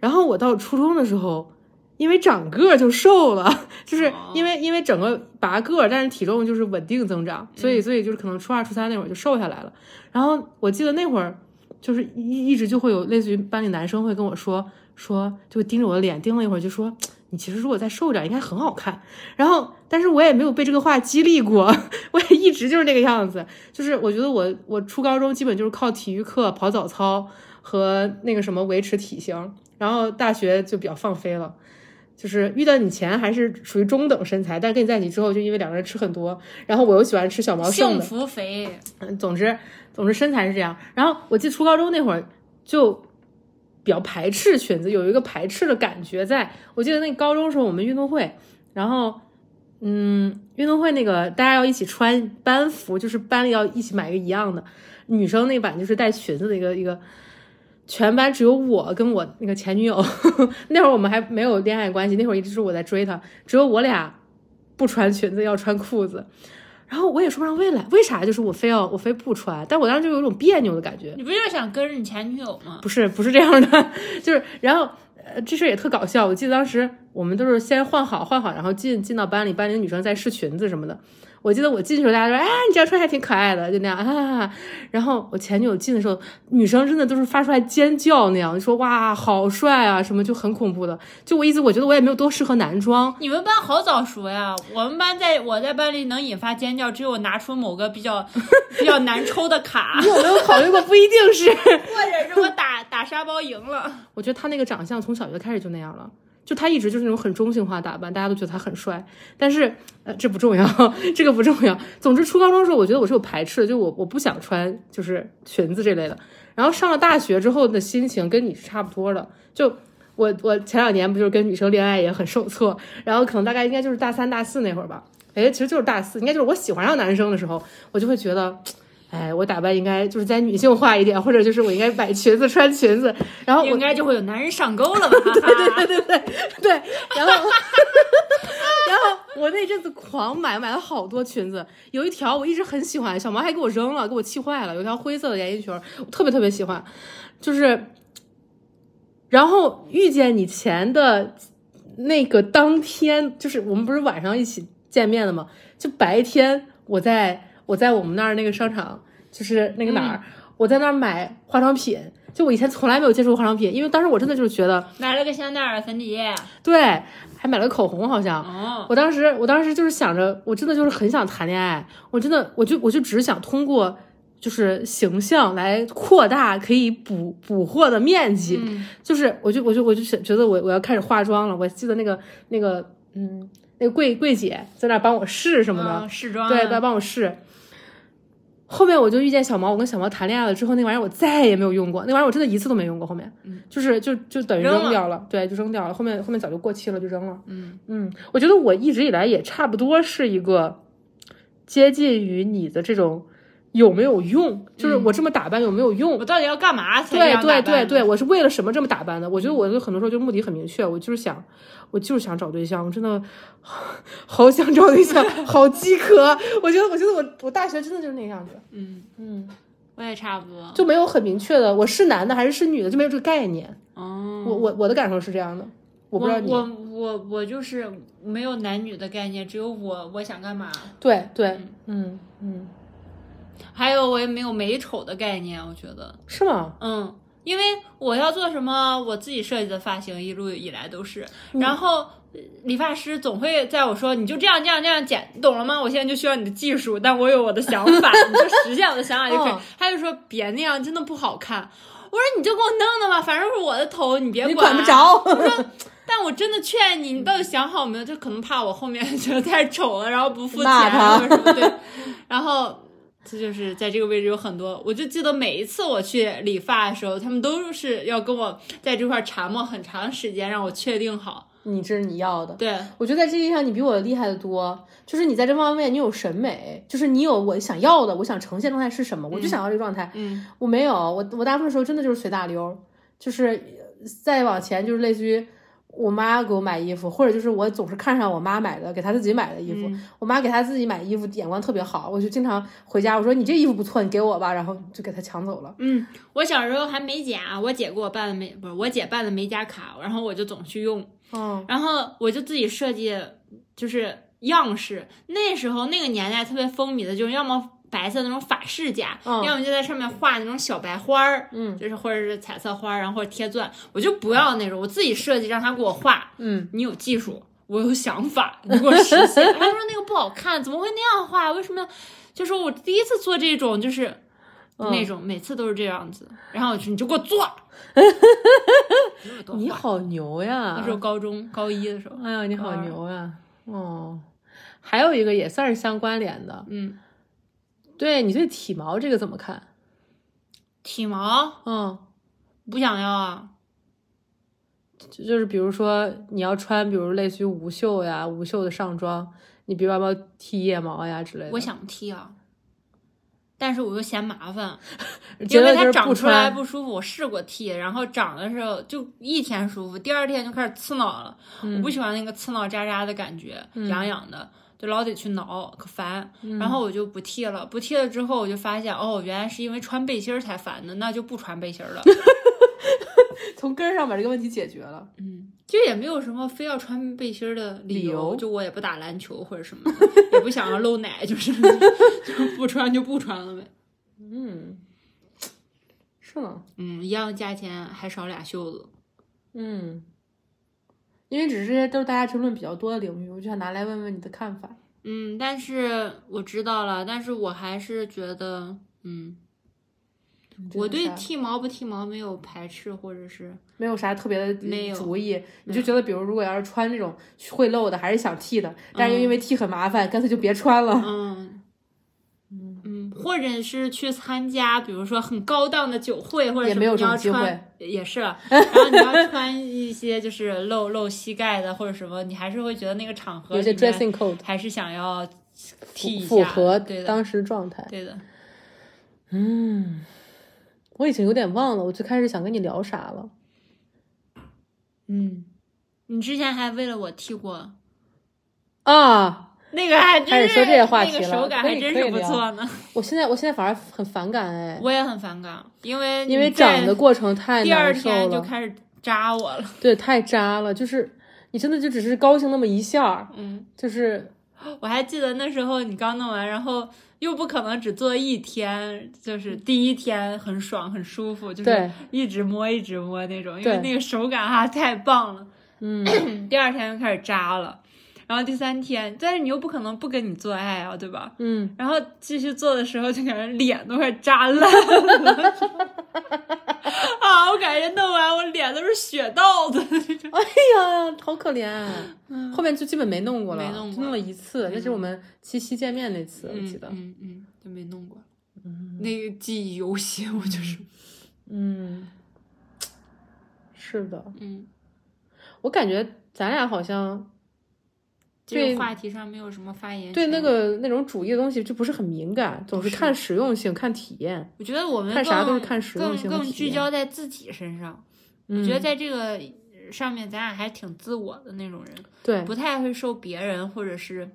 然后我到初中的时候，因为长个儿就瘦了， *laughs* 就是因为因为整个拔个儿，但是体重就是稳定增长，所以所以就是可能初二初三那会儿就瘦下来了。然后我记得那会儿就是一一直就会有类似于班里男生会跟我说说，就盯着我的脸盯了一会儿，就说。你其实如果再瘦点儿，应该很好看。然后，但是我也没有被这个话激励过， *laughs* 我也一直就是那个样子。就是我觉得我我初高中基本就是靠体育课、跑早操和那个什么维持体型，然后大学就比较放飞了。就是遇到你前还是属于中等身材，但是跟你在一起之后，就因为两个人吃很多，然后我又喜欢吃小毛剩
幸
的，
福肥，
嗯总之总之身材是这样。然后我记得初高中那会儿就比较排斥裙子，有一个排斥的感觉在。我记得那高中时候我们运动会，然后嗯，运动会那个大家要一起穿班服，就是班里要一起买一个一样的。女生那版就是带裙子的一个一个，全班只有我跟我那个前女友， *laughs* 那会儿我们还没有恋爱关系，那会儿一直是我在追她，只有我俩不穿裙子要穿裤子。然后我也说不上为来，为啥就是我非要我非不穿，但我当时就有一种别扭的感觉，
你不就是想跟着你前女友吗？
不是不是这样的，就是然后呃这事儿也特搞笑，我记得当时我们都是先换好换好，然后进进到班里，班里的女生在试裙子什么的。我记得我进去的时候，大家说：“哎，你这样穿还挺可爱的。”就那样啊。然后我前女友进的时候，女生真的都是发出来尖叫那样，就说：“哇，好帅啊！”什么就很恐怖的。就我意思，我觉得我也没有多适合男装， *laughs*
你们班好早熟呀！我们班在我在班里能引发尖叫，只有拿出某个比较比较难抽的卡，
有没有考虑过？不一定是。
或者是我打打沙包赢 *laughs* 了。
我觉得他那个长相从小学开始就那样了，就他一直就是那种很中性化打扮，大家都觉得他很帅。但是呃，这不重要， *laughs* 这个不重要。总之，初高中的时候，我觉得我是有排斥的，就我我不想穿就是裙子这类的。然后上了大学之后的心情跟你是差不多的，就。我我前两年不就是跟女生恋爱也很受挫，然后可能大概应该就是大三大四那会儿吧，哎，其实就是大四，应该就是我喜欢上男生的时候，我就会觉得，哎，我打扮应该就是再女性化一点，或者就是我应该买裙子穿裙子，然 *laughs* 后我
应该就会有男人上钩
*laughs*
了吧？哈哈。
对，然后 *laughs* 然后我那阵子狂买，买了好多裙子，有一条我一直很喜欢，小毛还给我扔了，给我气坏了。有一条灰色的连衣裙儿，我特别特别喜欢，就是，然后遇见你前的那个当天，就是我们不是晚上一起见面的吗？就白天我在我在我们那儿那个商场，就是那个哪儿，我在那儿买化妆品。就我以前从来没有接触过化妆品，因为当时我真的就是觉得，
买了个香奈儿粉底液，
对，还买了口红，好像。
哦，
我当时，我当时就是想着，我真的就是很想谈恋爱，我真的，我就我就只想通过就是形象来扩大可以捕捕获的面积，
嗯
就是我就我就我就觉得我我要开始化妆了。我记得那个那个嗯，那个柜柜姐在那儿帮我试什么的，
嗯，试妆啊，
对，在帮我试。后面我就遇见小毛，我跟小毛谈恋爱了之后，那玩意儿我再也没有用过，那玩意儿我真的一次都没用过。后面，就是就就等
嗯
于
扔
扔
了
掉了，对，就扔掉了。后面后面早就过期了，就扔了。
嗯
嗯，我觉得我一直以来也差不多是一个接近于你的这种有没有用，就是
嗯
我这么打扮有没有用
我。到底要干嘛才这
对
样
对
打扮
对
呢
对，我是为了什么这么打扮的？我觉得我就很多时候就目的很明确，我就是想，我就是想找对象，我真的好想找对象，好饥渴。我觉得，我觉得我我大学真的就是那个样子，
嗯，
嗯，
我也差不多。
就没有很明确的我是男的还是是女的，就没有这个概念。
哦，
我我我的感受是这样的，我不知道你。
我我我就是没有男女的概念，只有我我想干嘛。
对对，嗯嗯，
还有我也没有美丑的概念，我觉得，
是吗？
嗯，因为我要做什么，我自己设计的发型一路以来都是，
嗯
然后。呃理发师总会在我说你就这样这样这样剪，你懂了吗？我现在就需要你的技术，但我有我的想法，你就实现我的想法就可以
嗯。
他就说别那样，真的不好看。我说你就给我弄弄吧，反正是我的头，你别
你
管
管不。着。 *laughs*
但我真的劝你，你到底想好没有？就可能怕我后面觉得太丑了，然后不付钱啊
骂他
或者什么对。然后这就是在这个位置有很多，我就记得每一次我去理发的时候，他们都是要跟我在这块儿查磨很长时间，让我确定好。
你这是你要的。
对，
我觉得在这一上你比我厉害的多，就是你在这方面你有审美，就是你有我想要的，我想呈现状态是什么，我就想要这个状态。
嗯，
我没有，我我大部分时候真的就是随大流，就是再往前就是类似于我妈给我买衣服，或者就是我总是看上我妈买的，给她自己买的衣服。我妈给她自己买衣服眼光特别好，我就经常回家我说你这衣服不错，你给我吧，然后就给她抢走了。
嗯，我小时候还美甲，我姐给我办的美不是我姐办的美甲卡，然后我就总去用，
嗯，
然后我就自己设计，就是样式。那时候那个年代特别风靡的，就是要么白色那种法式甲，
嗯
要么就在上面画那种小白花儿，
嗯
就是或者是彩色花儿，然后或者贴钻。我就不要那种，我自己设计让他给我画。
嗯，
你有技术，我有想法，你给我实现。他说那个不好看，怎么会那样画？为什么？就是我第一次做这种，就是。那种每次都是这样子，然后我就你就给我做，你有多
你
坏
好牛呀！
那时候高中高一的时候，
哎呀，你好
玩儿
牛啊！哦，还有一个也算是相关联的，
嗯，
对你对体毛这个怎么看？
体毛
嗯，
不想要啊，
就就是比如说你要穿，比如类似于无袖呀、无袖的上装，你比如要不要剃腋毛呀之类的？
我想剃啊，但是我又嫌麻烦，
结
因为它
论就是
长
不
出来
穿，
不舒服。我试过剃，然后长的时候就一天舒服，第二天就开始刺挠了。
嗯
我不喜欢那个刺挠扎扎的感觉，痒痒的。就老得去挠，可烦。
嗯
然后我就不剃了，不剃了之后，我就发现哦，原来是因为穿背心儿才烦的，那就不穿背心儿了。
从根儿上把这个问题解决了。
嗯，就也没有什么非要穿背心儿的理
理由
就我也不打篮球或者什么的，也不想要露奶，就是 *laughs* 就不穿就不穿了呗。
嗯， *sniffs* 是吗？
嗯，一样的价钱还少俩袖子。
嗯，因为只是这些都是大家争论比较多的领域，我就想拿来问问你的看法。
嗯，但是我知道了，但是我还是觉得，嗯，
你觉
我
得
对
啥
剃毛不剃毛没有排斥，或者是
没有啥特别
没有嗯
的主意，你就觉得，比如如果要是穿这种会露的，还是想剃的，但是又因为剃很麻烦，干脆就别穿了。
嗯。嗯，或者是去参加，比如说很高档的酒会，或者什
也
么
没有
你
这种
要
机
穿，也是。然后你要穿一些就是露露膝盖的或者什么，你还是会觉得那个场合
有些
里面
dressing code
还是想要剃一下，
符合
对的，
当时状态。
对的。
嗯，我已经有点忘了，我最开始想跟你聊啥了。
嗯，你之前还为了我剃过，
啊，
那个还真
开始
是
*laughs* 说这个话题
那个
了
手感
可
还
以
真
可
是
以
不
聊
错呢。
我现在我现在反而很反感哎，
我也很反感，因为
因为
你在
长的过程太
第二
难受
天就
了，
开始扎我了。
对，太扎了，就是你真的就只是高兴那么一下儿，
嗯，
就是
我还记得那时候你刚弄完，然后又不可能只做一天，就是第一天很爽很舒服，就是
对
一直摸一直摸那种，因为
对
那个手感啊太棒了。
嗯，
第二天就开始扎了，然后第三天，但是你又不可能不跟你做爱啊，对吧？
嗯，
然后继续做的时候，就感觉脸都快扎烂了。啊，我感觉弄完我脸都是血道子那种。
*laughs* 哎呀，好可怜、啊！后面就基本没弄过了，
嗯没弄过
就弄了一次，那是我们七夕见面那次，我记得。
嗯嗯，就没弄过。那个记忆犹新，我就是，
嗯，是的，
嗯，
我感觉咱俩好像
这
对
个话题上没有什么发言权。
对那个那种主义的东西就不是很敏感，总是看实用性、看体验。
我觉得我们
看啥都是
更
看实用性和
更更
体
聚
验嗯
焦在自己身上。我觉得在这个上面，咱俩还挺自我的那种人，
对，
不太会受别人或者是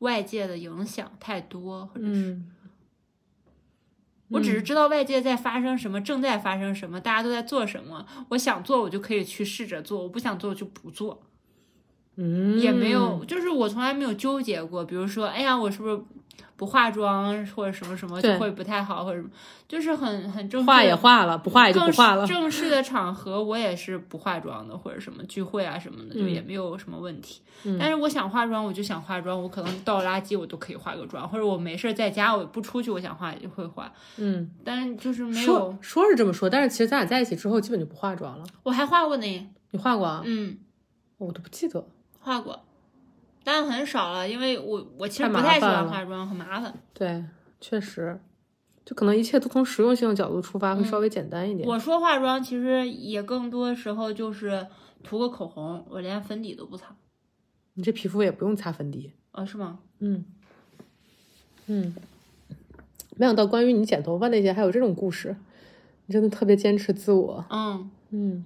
外界的影响太多，或者是。
嗯，
我只是知道外界在发生什么，正在发生什么，大家都在做什么。我想做，我就可以去试着做；我不想做，我就不做。
嗯，
也没有，就是我从来没有纠结过，比如说，哎呀，我是不是不化妆或者什么什么就
对
会不太好，或者什么，就是很很正式。
画也画了，不画也就
更
不画了。
正式的场合，我也是不化妆的，或者什么聚会啊什么的，就
嗯
也没有什么问题。但是我想化妆，我就想化妆，我可能倒垃圾我都可以化个妆，或者我没事儿在家我不出去，我想化就会化。
嗯，
但是就是没有
说，说是这么说，但是其实咱俩在一起之后，基本就不化妆了。
我还画过呢，
你化过啊？
嗯，
我都不记得。
画过，但很少了，因为我我其实
太
不
麻
太喜
烦
欢
了
化妆，很麻烦。
对，确实，就可能一切都从实用性的角度出发，会稍微简单一点。
我说化妆其实也更多时候就是涂个口红，我连粉底都不擦。
你这皮肤也不用擦粉底，
啊，是吗？
嗯嗯，没想到关于你剪头发那些还有这种故事，你真的特别坚持自我，
嗯，
嗯。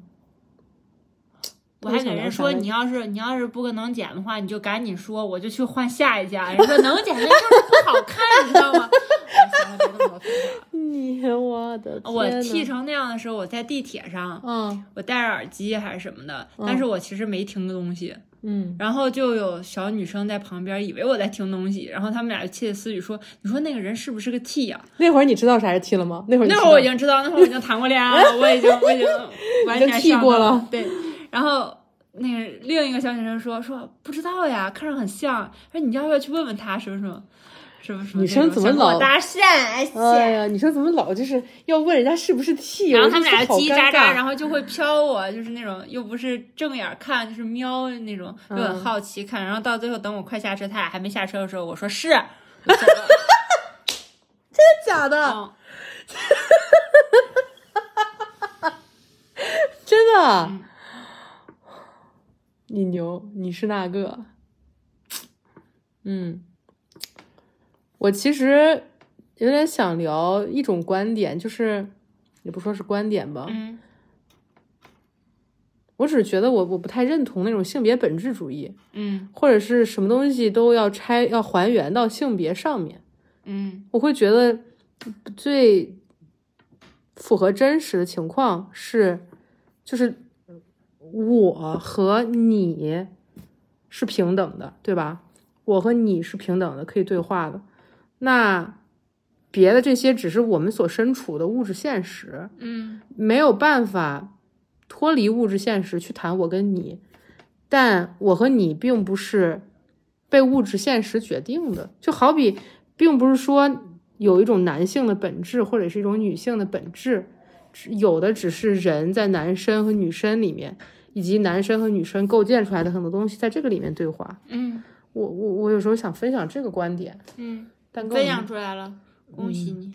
我还给人说，你要是你要是不能剪的话，你就赶紧说，我就去换下一家。人说能剪的就是不好看，你知道吗？我说行了，别那么多废话
*laughs* 你我的天
我
呐
剃成那样的时候，我在地铁上，
嗯
我戴着耳机还是什么的，但是我其实没听东西。
嗯，
然后就有小女生在旁边，以为我在听东西，然后他们俩窃窃私语说：“你说那个人是不是个 T 啊呀、
那会儿你知道啥是剃了吗？那会儿
*laughs*
你
那
知
会儿我已
道
经知道，那会儿我已经谈过恋爱了，我已经我
*laughs*
已经完全
已经剃
上
过
当
了。
对，然后那个另一个小女生说说不知道呀，看着很像，说你要不要去问问他什么什么什么什么那种。
女生怎么
想跟我
老
搭
搭讪，
哎呀，你说怎么老就是要问人家是不是剃？
然后他们俩
我
就叽
就
叽
觉得好
喳
尴尬
喳，然后就会瞟我，就是那种又不是正眼看，就是瞄那种，就
嗯
很好奇看。然后到最后，等我快下车，他俩还没下车的时候，我说是，我走了
假的，
嗯
真的。你牛，你是那个，嗯，我其实有点想聊一种观点，就是也不说是观点吧，
嗯
我只是觉得我我不太认同那种性别本质主义，
嗯
或者是什么东西都要拆要还原到性别上面。
嗯
我会觉得最符合真实的情况是，就是我和你是平等的，对吧？我和你是平等的，可以对话的。那别的这些只是我们所身处的物质现实，
嗯
没有办法脱离物质现实去谈我跟你，但我和你并不是被物质现实决定的，就好比并不是说有一种男性的本质或者是一种女性的本质，只有的只是人在男生和女生里面，以及男生和女生构建出来的很多东西在这个里面对话。
嗯
我我我有时候想分享这个观点，
嗯，
但跟我
分
们
享出来了，恭喜你。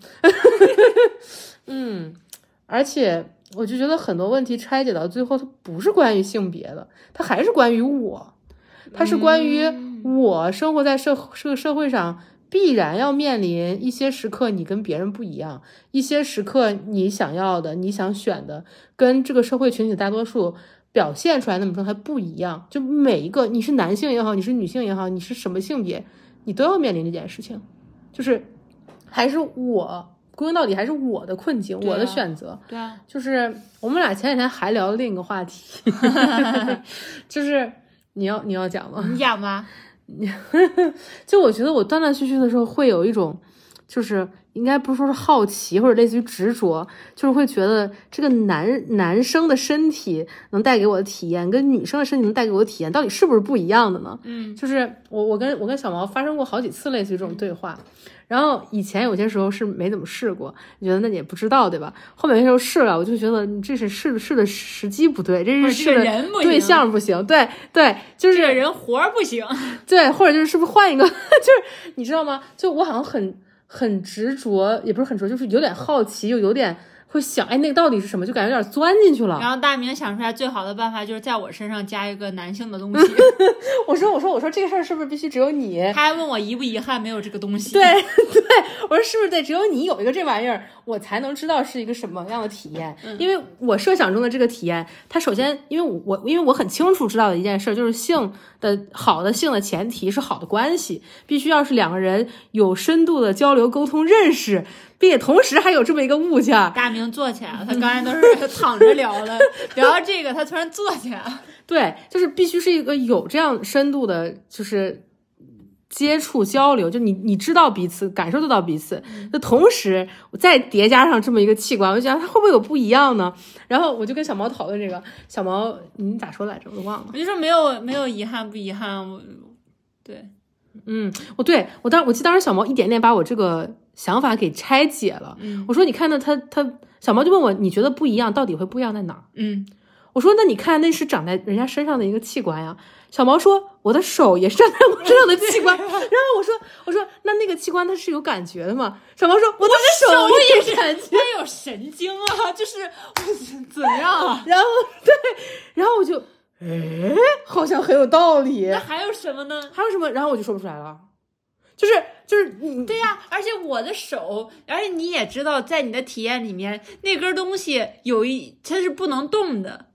嗯，而且我就觉得很多问题拆解到最后，它不是关于性别的，它还是关于我，它是关于
嗯
我生活在社这个社会上必然要面临一些时刻你跟别人不一样，一些时刻你想要的、你想选的，跟这个社会群体大多数。表现出来那么状态不一样，就每一个你是男性也好，你是女性也好，你是什么性别，你都要面临这件事情，就是还是我归根到底还是我的困境，
对啊
我的选择。
对啊，
就是我们俩前几天还聊了另一个话题，就是你要你要讲吗？ *laughs*
你讲吧。
就我觉得我断断续续的时候会有一种，就是应该不是说是好奇或者类似于执着，就是会觉得这个男男生的身体能带给我的体验，跟女生的身体能带给我的体验，到底是不是不一样的呢？ *laughs*
嗯
就是我我跟我跟小毛发生过好几次类似于这种对话，然后以前有些时候是没怎么试过，你觉得那你也不知道对吧？后面有些时候试了，我就觉得你这是试的试的时机不对，这
或
是
者这
试
个
的
人不行
对象不行，对对，就是
这个人活儿不行。
对，或者就是是不是换一个？ *laughs* 就是你知道吗？就我好像很很执着，也不是很执着，就是有点好奇，又有点会想，哎，那个到底是什么？就感觉有点钻进去了。
然后大明想出来最好的办法就是在我身上加一个男性的东
*laughs*
西。
我说，我说，我说这个事儿是不是必须只有你？
他还问我遗不遗憾没有这个东西。
对 *laughs* 对，我说是不是得只有你有一个这玩意儿，我才能知道是一个什么样的体验？
嗯
因为我设想中的这个体验，它首先因为我因为我很清楚知道的一件事儿就是性的好的性的前提是好的关系，必须要是两个人有深度的交流、沟通、认识，并且同时还有这么一个物件儿，
大明坐起来了，
*laughs*
他刚才都是躺着聊的，聊到这个他突然坐起来了。
对，就是必须是一个有这样深度的，就是接触交流，就你你知道彼此，感受得到彼此。那同时，我再叠加上这么一个器官，我就想它会不会有不一样呢？然后我就跟小毛讨论这个，小毛你咋说来着？我都忘了。
我就说没有没有遗憾不遗憾，我对
嗯，我对我当我记得当时小毛一点点把我这个想法给拆解了。
嗯
我说你看到他他小毛就问我你觉得不一样到底会不一样在哪儿？
嗯
我说那你看那是长在人家身上的一个器官呀。小毛说我的手也是长在我身上的器官。然后我说我说那那个器官它是有感觉的嘛？小毛说我的手也是感觉。
他有神经啊，就是我怎样啊？
然后对，然后我就哎，好像很有道理。
那还有什么呢？
还有什么？然后我就说不出来了，就是就是嗯你
对呀、而且我的手，而且你也知道，在你的体验里面，那根东西有一它是不能动的，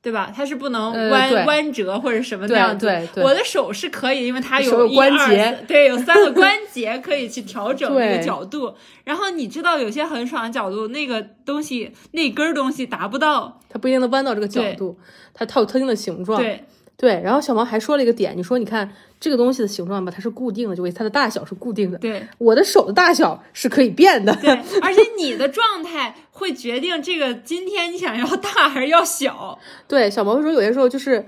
对吧？它是不能
呃
弯、
对
弯折或者什么那
对
样子。
对对
我的手是可以，因为它
手有
一
关
二
节
三对，有三个关
*laughs*
节可以去调整那个
对
角度。然后你知道，有些很爽的角度，那个东西那根东西达不到。
它不一定能弯到这个角
对
度，它它有特定的形状。
对，
对，然后小毛还说了一个点，你说你看这个东西的形状吧，它是固定的，就为它的大小是固定的。
对，
我的手的大小是可以变的。 *laughs*
对，而且你的状态会决定这个今天你想要大还是要小。
对，小毛会说有些时候就是。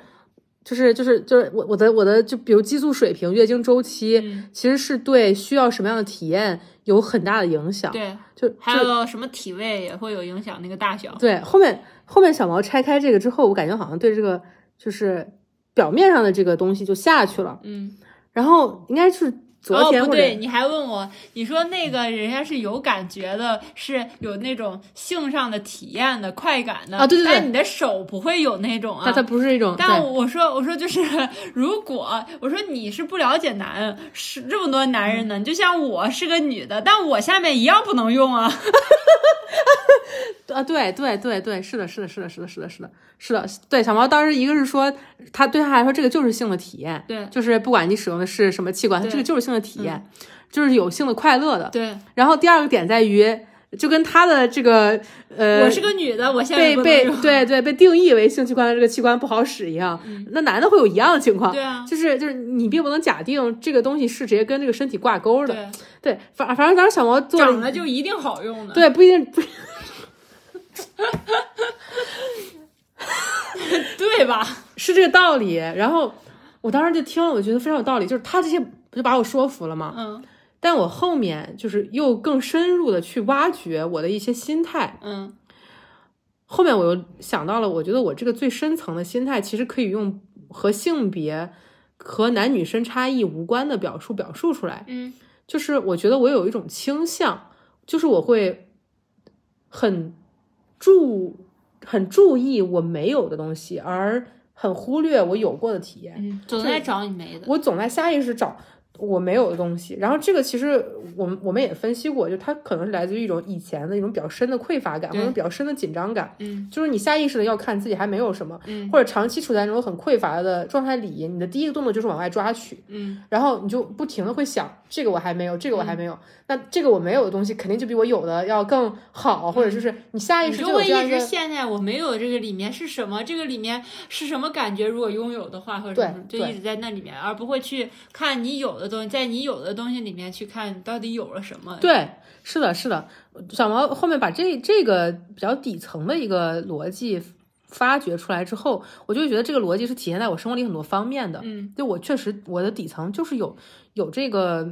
就是就是就是我我的我的就比如激素水平、月经周期，
嗯
其实是对需要什么样的体验有很大的影响。，
对，
就就
还有什么体位也会有影响那个大小。
对，后面后面小毛拆开这个之后，我感觉好像对这个就是表面上的这个东西就下去了。
嗯，
然后应该是昨天
哦，
或
不
者、
对，你还问我，你说那个人家是有感觉的，是有那种性上的体验的快感的
啊对对对
但你的手不会有那种
它
啊
它。不是一种，
但
对
我说，我说就是，如果我说你是不了解男，是这么多男人呢，你就像我是个女的，但我下面一样不能用啊。
啊，对对对对，是的，是的，是的，是的，是的，是的，是的，对。小毛当时一个是说，他对他来说这个就是性的体验，
对
*laughs* 就是不管你使用的是什么器官，它
对嗯
这个就是性的体验，就是有性的快乐的。
对，
然后第二个点在于，就跟他的这个呃，
我是个女的，我下面
被
不能
被
用。
对对被定义为性器官的这个器官不好使一样，那男的会有一样的情况，
嗯对啊
就是就是你并不能假定这个东西是直接跟这个身体挂钩的，
对，
*laughs* 对，反反正当时小毛做了
长得就一定好用的。
对，不一定不
对吧？
是这个道理。然后我当时就听了，我觉得非常有道理，就是他这些不就把我说服了吗？
嗯
但我后面就是又更深入的去挖掘我的一些心态，
嗯
后面我又想到了，我觉得我这个最深层的心态其实可以用和性别和男女生差异无关的表述表述出来。
嗯
就是我觉得我有一种倾向，就是我会很注很注意我没有的东西，而很忽略我有过的体验。
嗯，总
在
在找你没的。
我总在下意识找我没有的东西。然后这个其实我们我们也分析过，就它可能是来自于一种以前的一种比较深的匮乏感，或
对
者比较深的紧张感。
嗯，
就是你下意识的要看自己还没有什么，
嗯
或者长期处在那种很匮乏的状态里，你的第一个动作就是往外抓取。
嗯，
然后你就不停的会想，这个我还没有，这个我还没有，那这个我没有的东西肯定就比我有的要更好，或者就是你下意
嗯你
识
就
就有
会
这样
一
一个
直陷在我没有这个里面是什么，这个里面是什么感觉？如果拥有的话，或者什么，就
对
一直在那里面，而不会去看你有的东西，在你有的东西里面去看你到底有了什么。
对，是的，是的，小毛后面把这这个比较底层的一个逻辑发掘出来之后，我就会觉得这个逻辑是体现在我生活里很多方面的。
嗯
就我确实我的底层就是有有这个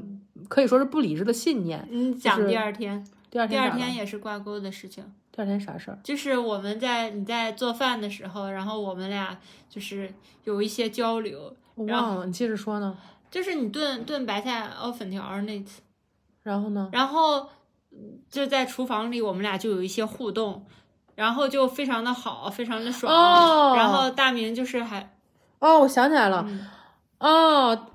可以说是不理智的信念。
嗯，讲第二天，
第二
第
天
二
咋了
天也是挂钩的事情。
第二天啥事儿？
就是我们在你在做饭的时候，然后我们俩就是有一些交流，
我
然后
忘了，你接着说呢。
就是你炖炖白菜熬粉条儿那次。
然后呢？
然后嗯就在厨房里，我们俩就有一些互动，然后就非常的好，非常的爽。
哦
然后大明就是还
哦，我想起来了，
嗯
哦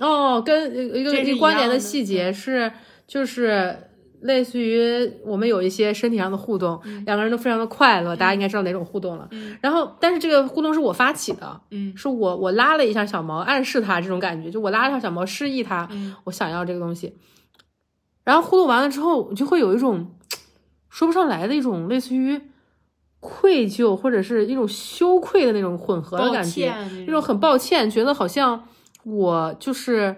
哦，跟一个
这是
一
一
个关
样
联的
的
细节是，就是类似于我们有一些身体上的互动，两个人都非常的快乐，大家应该知道哪种互动了。
嗯
然后，但是这个互动是我发起的，
嗯
是我我拉了一下小毛，暗示他这种感觉，就我拉了一下小毛，示意他
嗯
我想要这个东西。然后互动完了之后，我就会有一种说不上来的一种类似于愧疚或者是一种羞愧的那种混合的
抱
感觉，
歉
那种很抱歉，觉得好像我就是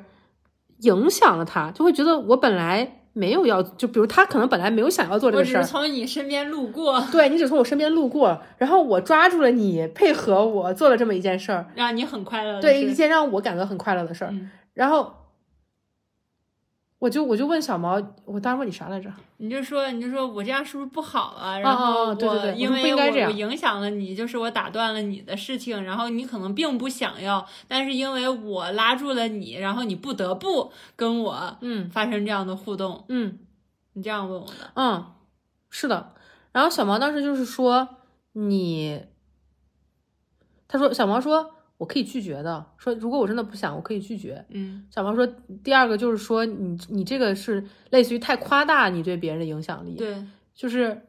影响了他，就会觉得我本来没有要，就比如他可能本来没有想要做这
我
个
只
事
是
儿，
从你身边路过，
对你只从我身边路过，然后我抓住了你，配合我做了这么一件事儿，
让你很快乐的
对
事。
嗯一件让我感到很快乐的事儿，
嗯
然后我就我就问小毛，我当时问你啥来着？
你就说你就说我这样是不是不好啊？然
哦
后我
对对对我
因
说不
为
应该这
我我
样
影响了你，就是我打断了你的事情，然后你可能并不想要，但是因为我拉住了你，然后你不得不跟我
嗯
发生这样的互动。
嗯
你这样问我的，
嗯，是的。然后小毛当时就是说你，他说小毛说我可以拒绝的，说如果我真的不想，我可以拒绝。
嗯
小毛说第二个就是说你你这个是类似于太夸大你对别人的影响力，，
对，
就是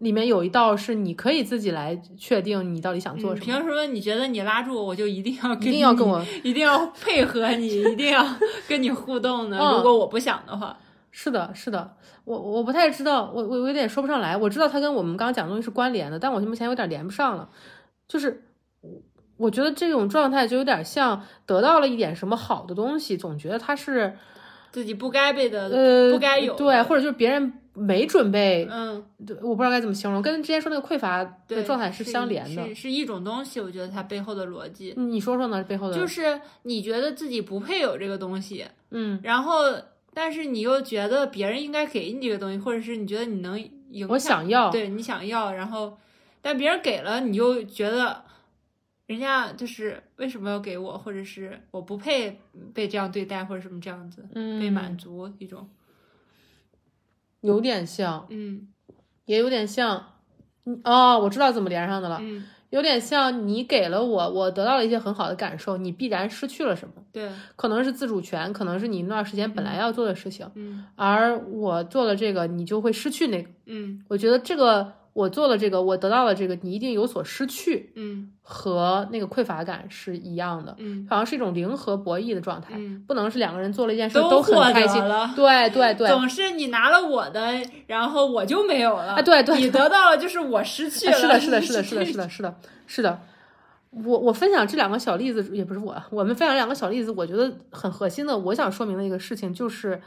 里面有一道是你可以自己来确定你到底想做
嗯
什么。
凭什么你觉得你拉住我，我就一定要跟
一定要
你
跟我，
*laughs* 一定要配合你，一定
*laughs*
要跟你互动呢？
嗯
如果我不想的话，
是的，是的，我我不太知道，我我我有点说不上来。我知道它跟我们刚刚讲的东西是关联的，但我目前有点连不上了。就是我我觉得这种状态就有点像得到了一点什么好的东西，总觉得它是
自己不该被的，
呃
不该有的
对，或者就是别人没准备，
嗯，
对我不知道该怎么形容，跟之前说那个匮乏的
对，
状态是
一
相连的。嗯
是是一种东西。我觉得它背后的逻辑
你说说呢？背后的
就是你觉得自己不配有这个东西，
嗯，
然后但是你又觉得别人应该给你这个东西，或者是你觉得你能赢，
我想要
对你想要，然后但别人给了，你又觉得人家就是为什么要给我，或者是我不配被这样对待，或者什么这样子、
嗯
被满足一种，
有点像，
嗯
也有点像。嗯哦，我知道怎么连上的了。
嗯，
有点像你给了我，我得到了一些很好的感受，你必然失去了什么？
对，
可能是自主权，可能是你那段时间本来要做的事情，
嗯
而我做了这个，你就会失去那个。
嗯
我觉得这个我做了这个，我得到了这个，你一定有所失去，
嗯
和那个匮乏感是一样的，
嗯
好像是一种零和博弈的状态，
嗯，
不能是两个人做了一件事
都
很
获
开
得
心。
了。
对对对，
*laughs* 总是你拿了我的，然后我就没有了。
啊对对
你得到了就是我失去
哎
了。
是的，是的，是的，是的，是的，是的，是的。我我分享这两个小例子，也不是我，啊我们分享两个小例子，我觉得很核心的，我想说明的一个事情就是，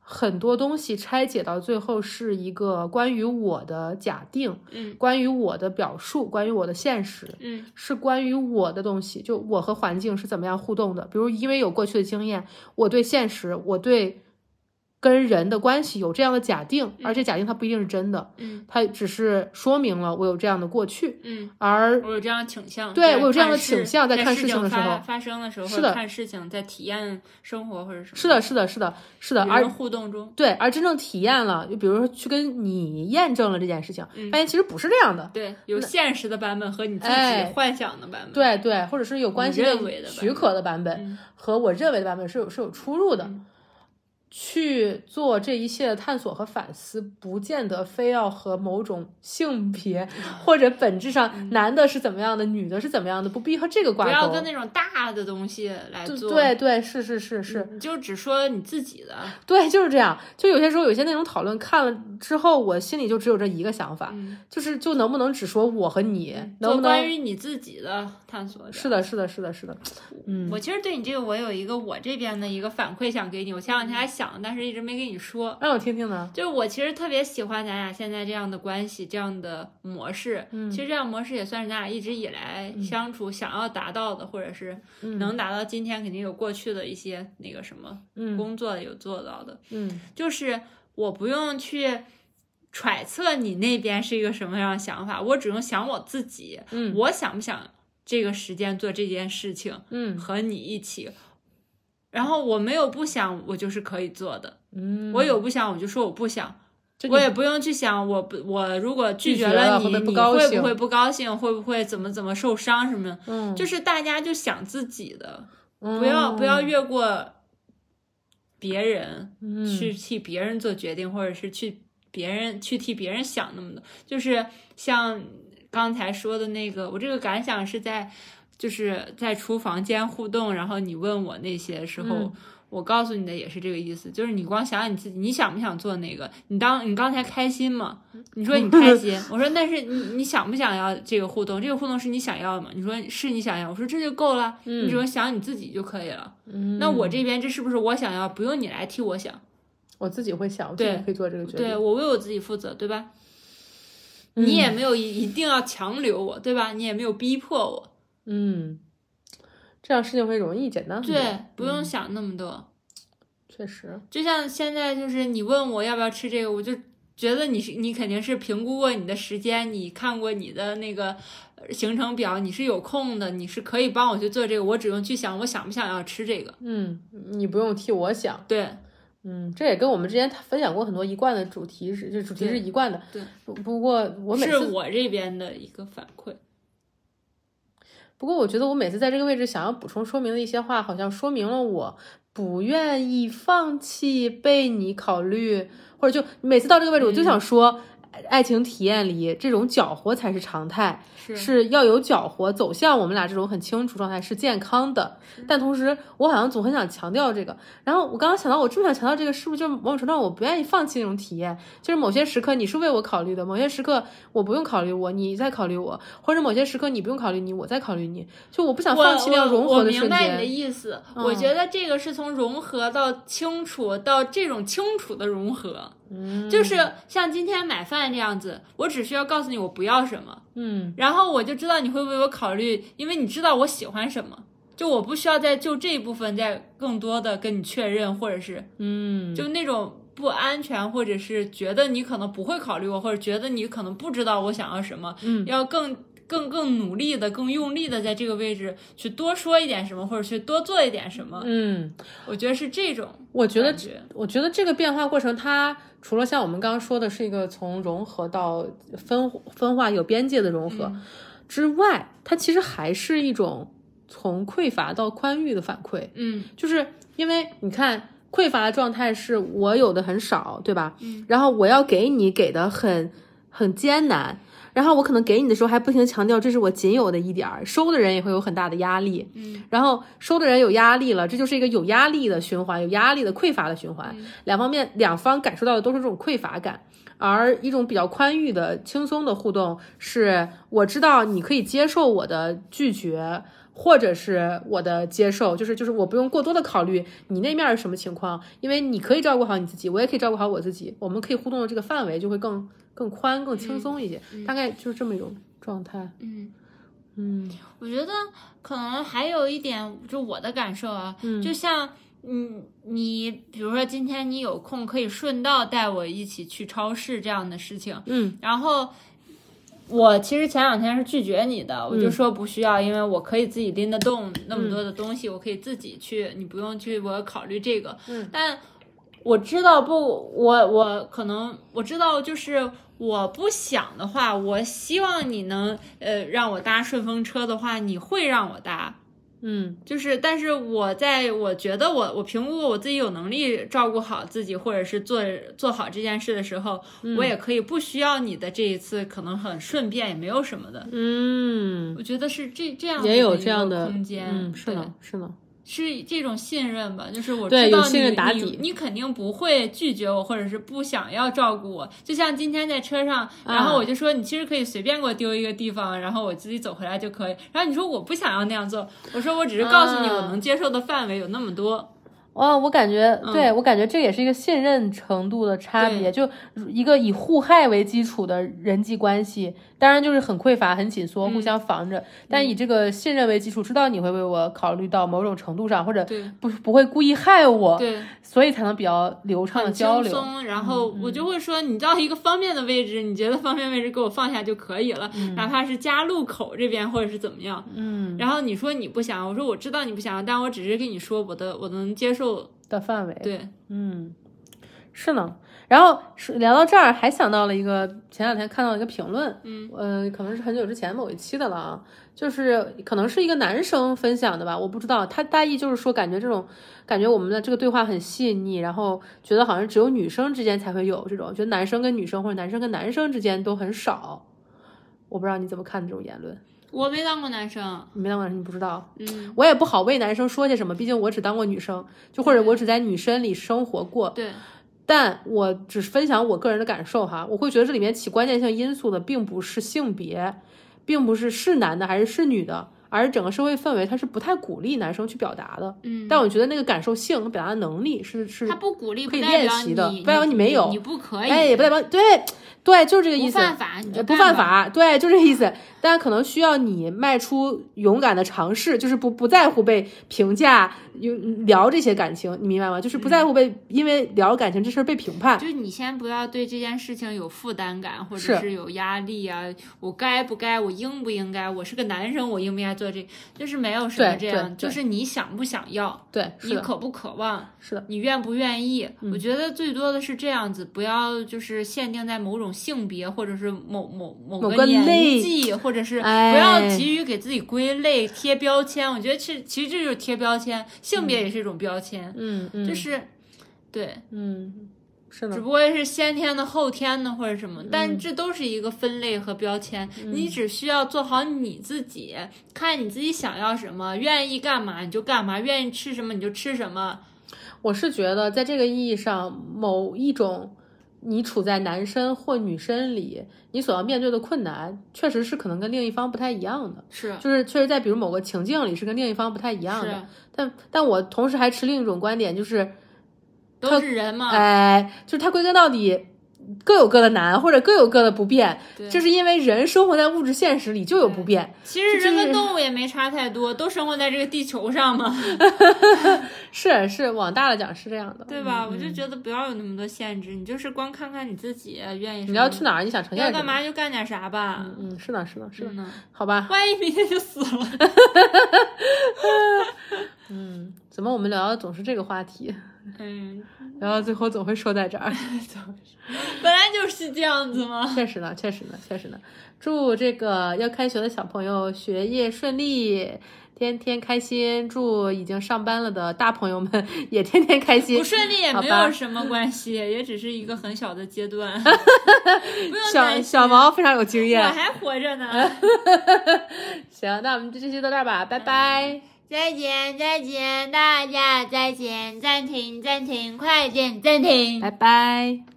很多东西拆解到最后是一个关于我的假定，
嗯
关于我的表述，关于我的现实，
嗯
是关于我的东西，就我和环境是怎么样互动的。比如，因为有过去的经验，我对现实，我对跟人的关系有这样的假定，而且假定它不一定是真的，
嗯
它只是说明了我有这样的过去，
嗯，*laughs*
而
我有这样的倾向，
对
在
我有这样的
看事
倾向在
在
看
事
事情的时
发
候
发生的时候，
是的
看事情，在体验生活或者什么，
是的，，是的，是的，是的，
与
而
人互动中，
对，而真正体验了，就比如说去跟你验证了这件事情，
嗯
发现其实不是这样的，
对，有现实的版本和你自己
哎
幻想的版本，
对对，或者是有关系
你认为的版
许可的版本
嗯
和我认为的版本是有是有出入的
嗯。
去做这一切的探索和反思，不见得非要和某种性别
嗯
或者本质上男的是怎么样的，女的是怎么样的，不必和这个挂
不
钩。
要跟那种大的东西来做，嗯
对，对是是是是，
你就只说你自己的，
对，就是这样。就有些时候，有些那种讨论看了之后，我心里就只有这一个想法，
嗯，
就是就能不能只说我和你，能
做
不
关
能？
于你自己的探索，
是的，是的，是的，是的，嗯，
我其实对你这个，我有一个我这边的一个反馈想给你。我前两天还想，但是一直没跟你说。
让我听听呢。
就是我其实特别喜欢咱俩现在这样的关系，这样的模式。
嗯
其实这样模式也算是咱俩一直以来相处想要达到的，或者是能达到今天，肯定有过去的一些那个什么
嗯
工作有做到的。
嗯
就是我不用去揣测你那边是一个什么样的想法，我只用想我自己，
嗯
我想不想这个时间做这件事情。
嗯
和你一起。然后我没有不想，我就是可以做的。
嗯，
我有不想，我就说我不想，
就
我
你
也不用去想，我不我如果拒
拒
绝
绝了
你，
会不会不
你
高
会
兴
不会不高兴？会不会怎么怎么受伤什么的？
嗯，
就是大家就想自己的，
不
不要不要越过别人
嗯
去替别人做决定，或者是去别人去替别人想那么多。就是像刚才说的那个，我这个感想是在就是在厨房间互动，然后你问我那些时候。
嗯
我告诉你的也是这个意思，就是你光想想你自己，你想不想做那个？你当你刚才开心吗？你说你开
*laughs*
心，我说那是你你想不想要这个互动？这个互动是你想要吗？你说是你想要，我说这就够了，你只用想你自己就可以了。
嗯
那我这边这是不是我想要？不用你来替我想，
我自己会想，我自己
对
可以做这个决
对
定。
我为我自己负责，对吧？
嗯
你也没有一一定要强留我，对吧？你也没有逼迫
嗯
我，
嗯，这样事情会容易简单很多。
对，不用想那么多。
确实，
就像现在，就是你问我要不要吃这个，我就觉得你是你肯定是评估过你的时间，你看过你的那个呃行程表，你是有空的，你是可以帮我去做这个，我只用去想我想不想要吃这个。
嗯，你不用替我想。
对，
嗯，这也跟我们之前分享过很多一贯的主题是，这主题是
对
一贯的。
对
不，不过我每
是
次，
我这边的一个反馈。
不过我觉得我每次在这个位置想要补充说明的一些话，好像说明了我不愿意放弃被你考虑，或者就每次到这个位置，我就想说，哎爱情体验里这种搅和才是常态。
是
是要有搅和，走向我们俩这种很清楚状态是健康的。但同时，我好像总很想强调这个。然后我刚刚想到，我这么想强调这个，是不是就某种程度上我不愿意放弃那种体验？就是某些时刻你是为我考虑的，某些时刻我不用考虑我，你在考虑我，或者某些时刻你不用考虑你，我在考虑你。就我不想
我
放弃那样融
我
合
我
的
明
瞬
白你的
间。嗯
意思，我觉得这个是从融合到清楚到这种清楚的融合，
嗯
就是像今天买饭这样子，我只需要告诉你我不要什么，
嗯
然后我就知道你会为我考虑，因为你知道我喜欢什么。就我不需要再就这一部分再更多的跟你确认，或者是
嗯，
就那种不安全，或者是觉得你可能不会考虑我，或者觉得你可能不知道我想要什么，
嗯
要更更更努力的、更用力的在这个位置去多说一点什么，或者去多做一点什么。
嗯，
我觉得是这种
我觉得
感觉，
我觉得这个变化过程，它除了像我们刚刚说的是一个从融合到分分化有边界的融合、之外，它其实还是一种从匮乏到宽裕的反馈，
嗯
就是因为你看。匮乏的状态是我有的很少，对吧？然后我要给你给的很很艰难，然后我可能给你的时候还不停地强调这是我仅有的一点儿，收的人也会有很大的压力。
嗯
然后收的人有压力了，这就是一个有压力的循环，有压力的匮乏的循环。两方面，两方感受到的都是这种匮乏感，而一种比较宽裕的、轻松的互动，是我知道你可以接受我的拒绝。或者是我的接受，就是就是我不用过多的考虑你那面是什么情况，因为你可以照顾好你自己，我也可以照顾好我自己，我们可以互动的这个范围就会更更宽、更轻松一些，大概就是这么一种状态。
嗯，
嗯
我觉得可能还有一点，就我的感受啊，
嗯
就像。嗯，你比如说今天你有空，可以顺道带我一起去超市这样的事情，
嗯
然后我其实前两天是拒绝你的，
嗯
我就说不需要，因为我可以自己拎得动那么多的东西，我可以自己去，你不用去我考虑这个。
嗯
但我知道不，我我可能我知道就是。我不想的话，我希望你能，呃，让我搭顺风车的话，你会让我搭，
嗯
就是，但是我在我觉得我我评估我自己有能力照顾好自己，或者是做做好这件事的时候，
嗯
我也可以不需要你的这一次，可能很顺便，也没有什么的。
嗯，
我觉得是这这样
也有
一个
这样的
空间，
嗯，是
对
呢，是呢，
是这种信任吧，就是我知道
对
你
有信任打底
你你肯定不会拒绝我，或者是不想要照顾我。就像今天在车上，然
啊
后我就说你其实可以随便给我丢一个地方，然后我自己走回来就可以。然后你说我不想要那样做，我说我只是告诉你
啊
我能接受的范围有那么多。
哦，我感觉，
嗯
对我感觉这也是一个信任程度的差别，就一个以互害为基础的人际关系，当然就是很匮乏、很紧缩，
嗯
互相防着。但以这个信任为基础，知道你会为我考虑到某种程度上，或者
对
不不会故意害我，
对，
所以才能比较流畅的交
轻
流。嗯
松。然后我就会说，你到一个方便的位置，你觉得方便位置给我放下就可以了，哪怕是家路口这边或者是怎么样。
嗯
然后你说你不想要，我说我知道你不想要，但我只是跟你说我的我能接受。
的范围，
对，
嗯，是呢。然后是聊到这儿，还想到了一个，前两天看到一个评论，
嗯
呃，可能是很久之前某一期的了啊，就是可能是一个男生分享的吧，我不知道。他大意就是说，感觉这种感觉我们的这个对话很细腻，然后觉得好像只有女生之间才会有这种，觉得男生跟女生或者男生跟男生之间都很少。我不知道你怎么看这种言论，
我没当过男生，
你没当过男生，你不知道。
嗯，
我也不好为男生说些什么，毕竟我只当过女生，就或者我只在女生里生活过。
对，
但我只是分享我个人的感受哈，我会觉得这里面起关键性因素的并不是性别，并不是是男的还是是女的，而是整个社会氛围它是不太鼓励男生去表达的。
嗯，
但我觉得那个感受性和表达能力是是
他，不鼓励，
可以
不代
练
表
习
你
的不代表你没有
你不可以，
哎哎，也不代表对对，就是这个意
不
思。
啊犯法，你就
呃不
干
犯
吧。
法，对，就这意思。但可能需要你迈出勇敢的尝试，就是不不在乎被评价，有聊这些感情，你明白吗？就是不
嗯
在乎被、因为聊感情这事儿被评判。
就是你先不要对这件事情有负担感，或
是
者是有压力啊，我该不该，我应不应该，我是个男生，我应不应该做这，就是没有什么
对
这样，
对
就是你想不想要，
对，
你
是的，
渴不渴望，
是的，嗯
你愿不愿意？我觉得最多的是这样子，不要就是限定在某种性别，或者是某某某
某个
年
类
纪，或者是不
哎
要急于给自己归类、贴标签。我觉得这其实这就是贴标签，性别也是一种标签，
嗯嗯，
就是对，
嗯，是的
只，不过是先天的、后天的或者什么，
嗯
但这都是一个分类和标签。你只需要做好你自己，看你自己想要什么，愿意干嘛你就干嘛，愿意吃什么你就吃什么。
我是觉得在这个意义上，某一种你处在男生或女生里，你所要面对的困难，确实是可能跟另一方不太一样的，
是
就是确实在比如某个情境里是跟另一方不太一样
是
的。，但但我同时还持另一种观点，就是
都是人嘛。
哎，就是它归根到底各有各的难，或者各有各的不便，
对
就是因为人生活在物质现实里就有不便，
其实
就是
人跟动物也没差太多，都生活在这个地球上
*laughs*
嘛，
是是往大了讲是这样的。
对吧？我就
嗯
觉得不要有那么多限制，你就是光看看你自己愿意什么。
你要去哪儿，你想呈现
要
什
干
么？
嘛就干点啥吧。
嗯，是的，是的，是的，
真的，
好吧。
万一明天就死了，
*laughs* 怎么我们聊的总是这个话题，
嗯，
聊到最后总会说
*laughs*
在这儿？
本来就是这样子嘛。
确实呢，确实呢，确实呢。祝这个要开学的小朋友学业顺利，天天开心；祝已经上班了的大朋友们也天天开心。
不顺利也
好
没
吧
有什么关系，也只是一个很小的阶
*laughs*
段，不用担
小
心。
小毛非常有经
我
验。
还活着
*laughs*
呢。
行，那我们这期就到这儿吧，拜拜。
再见，再见，大家再见，暂停，暂停，快点暂停。
拜拜。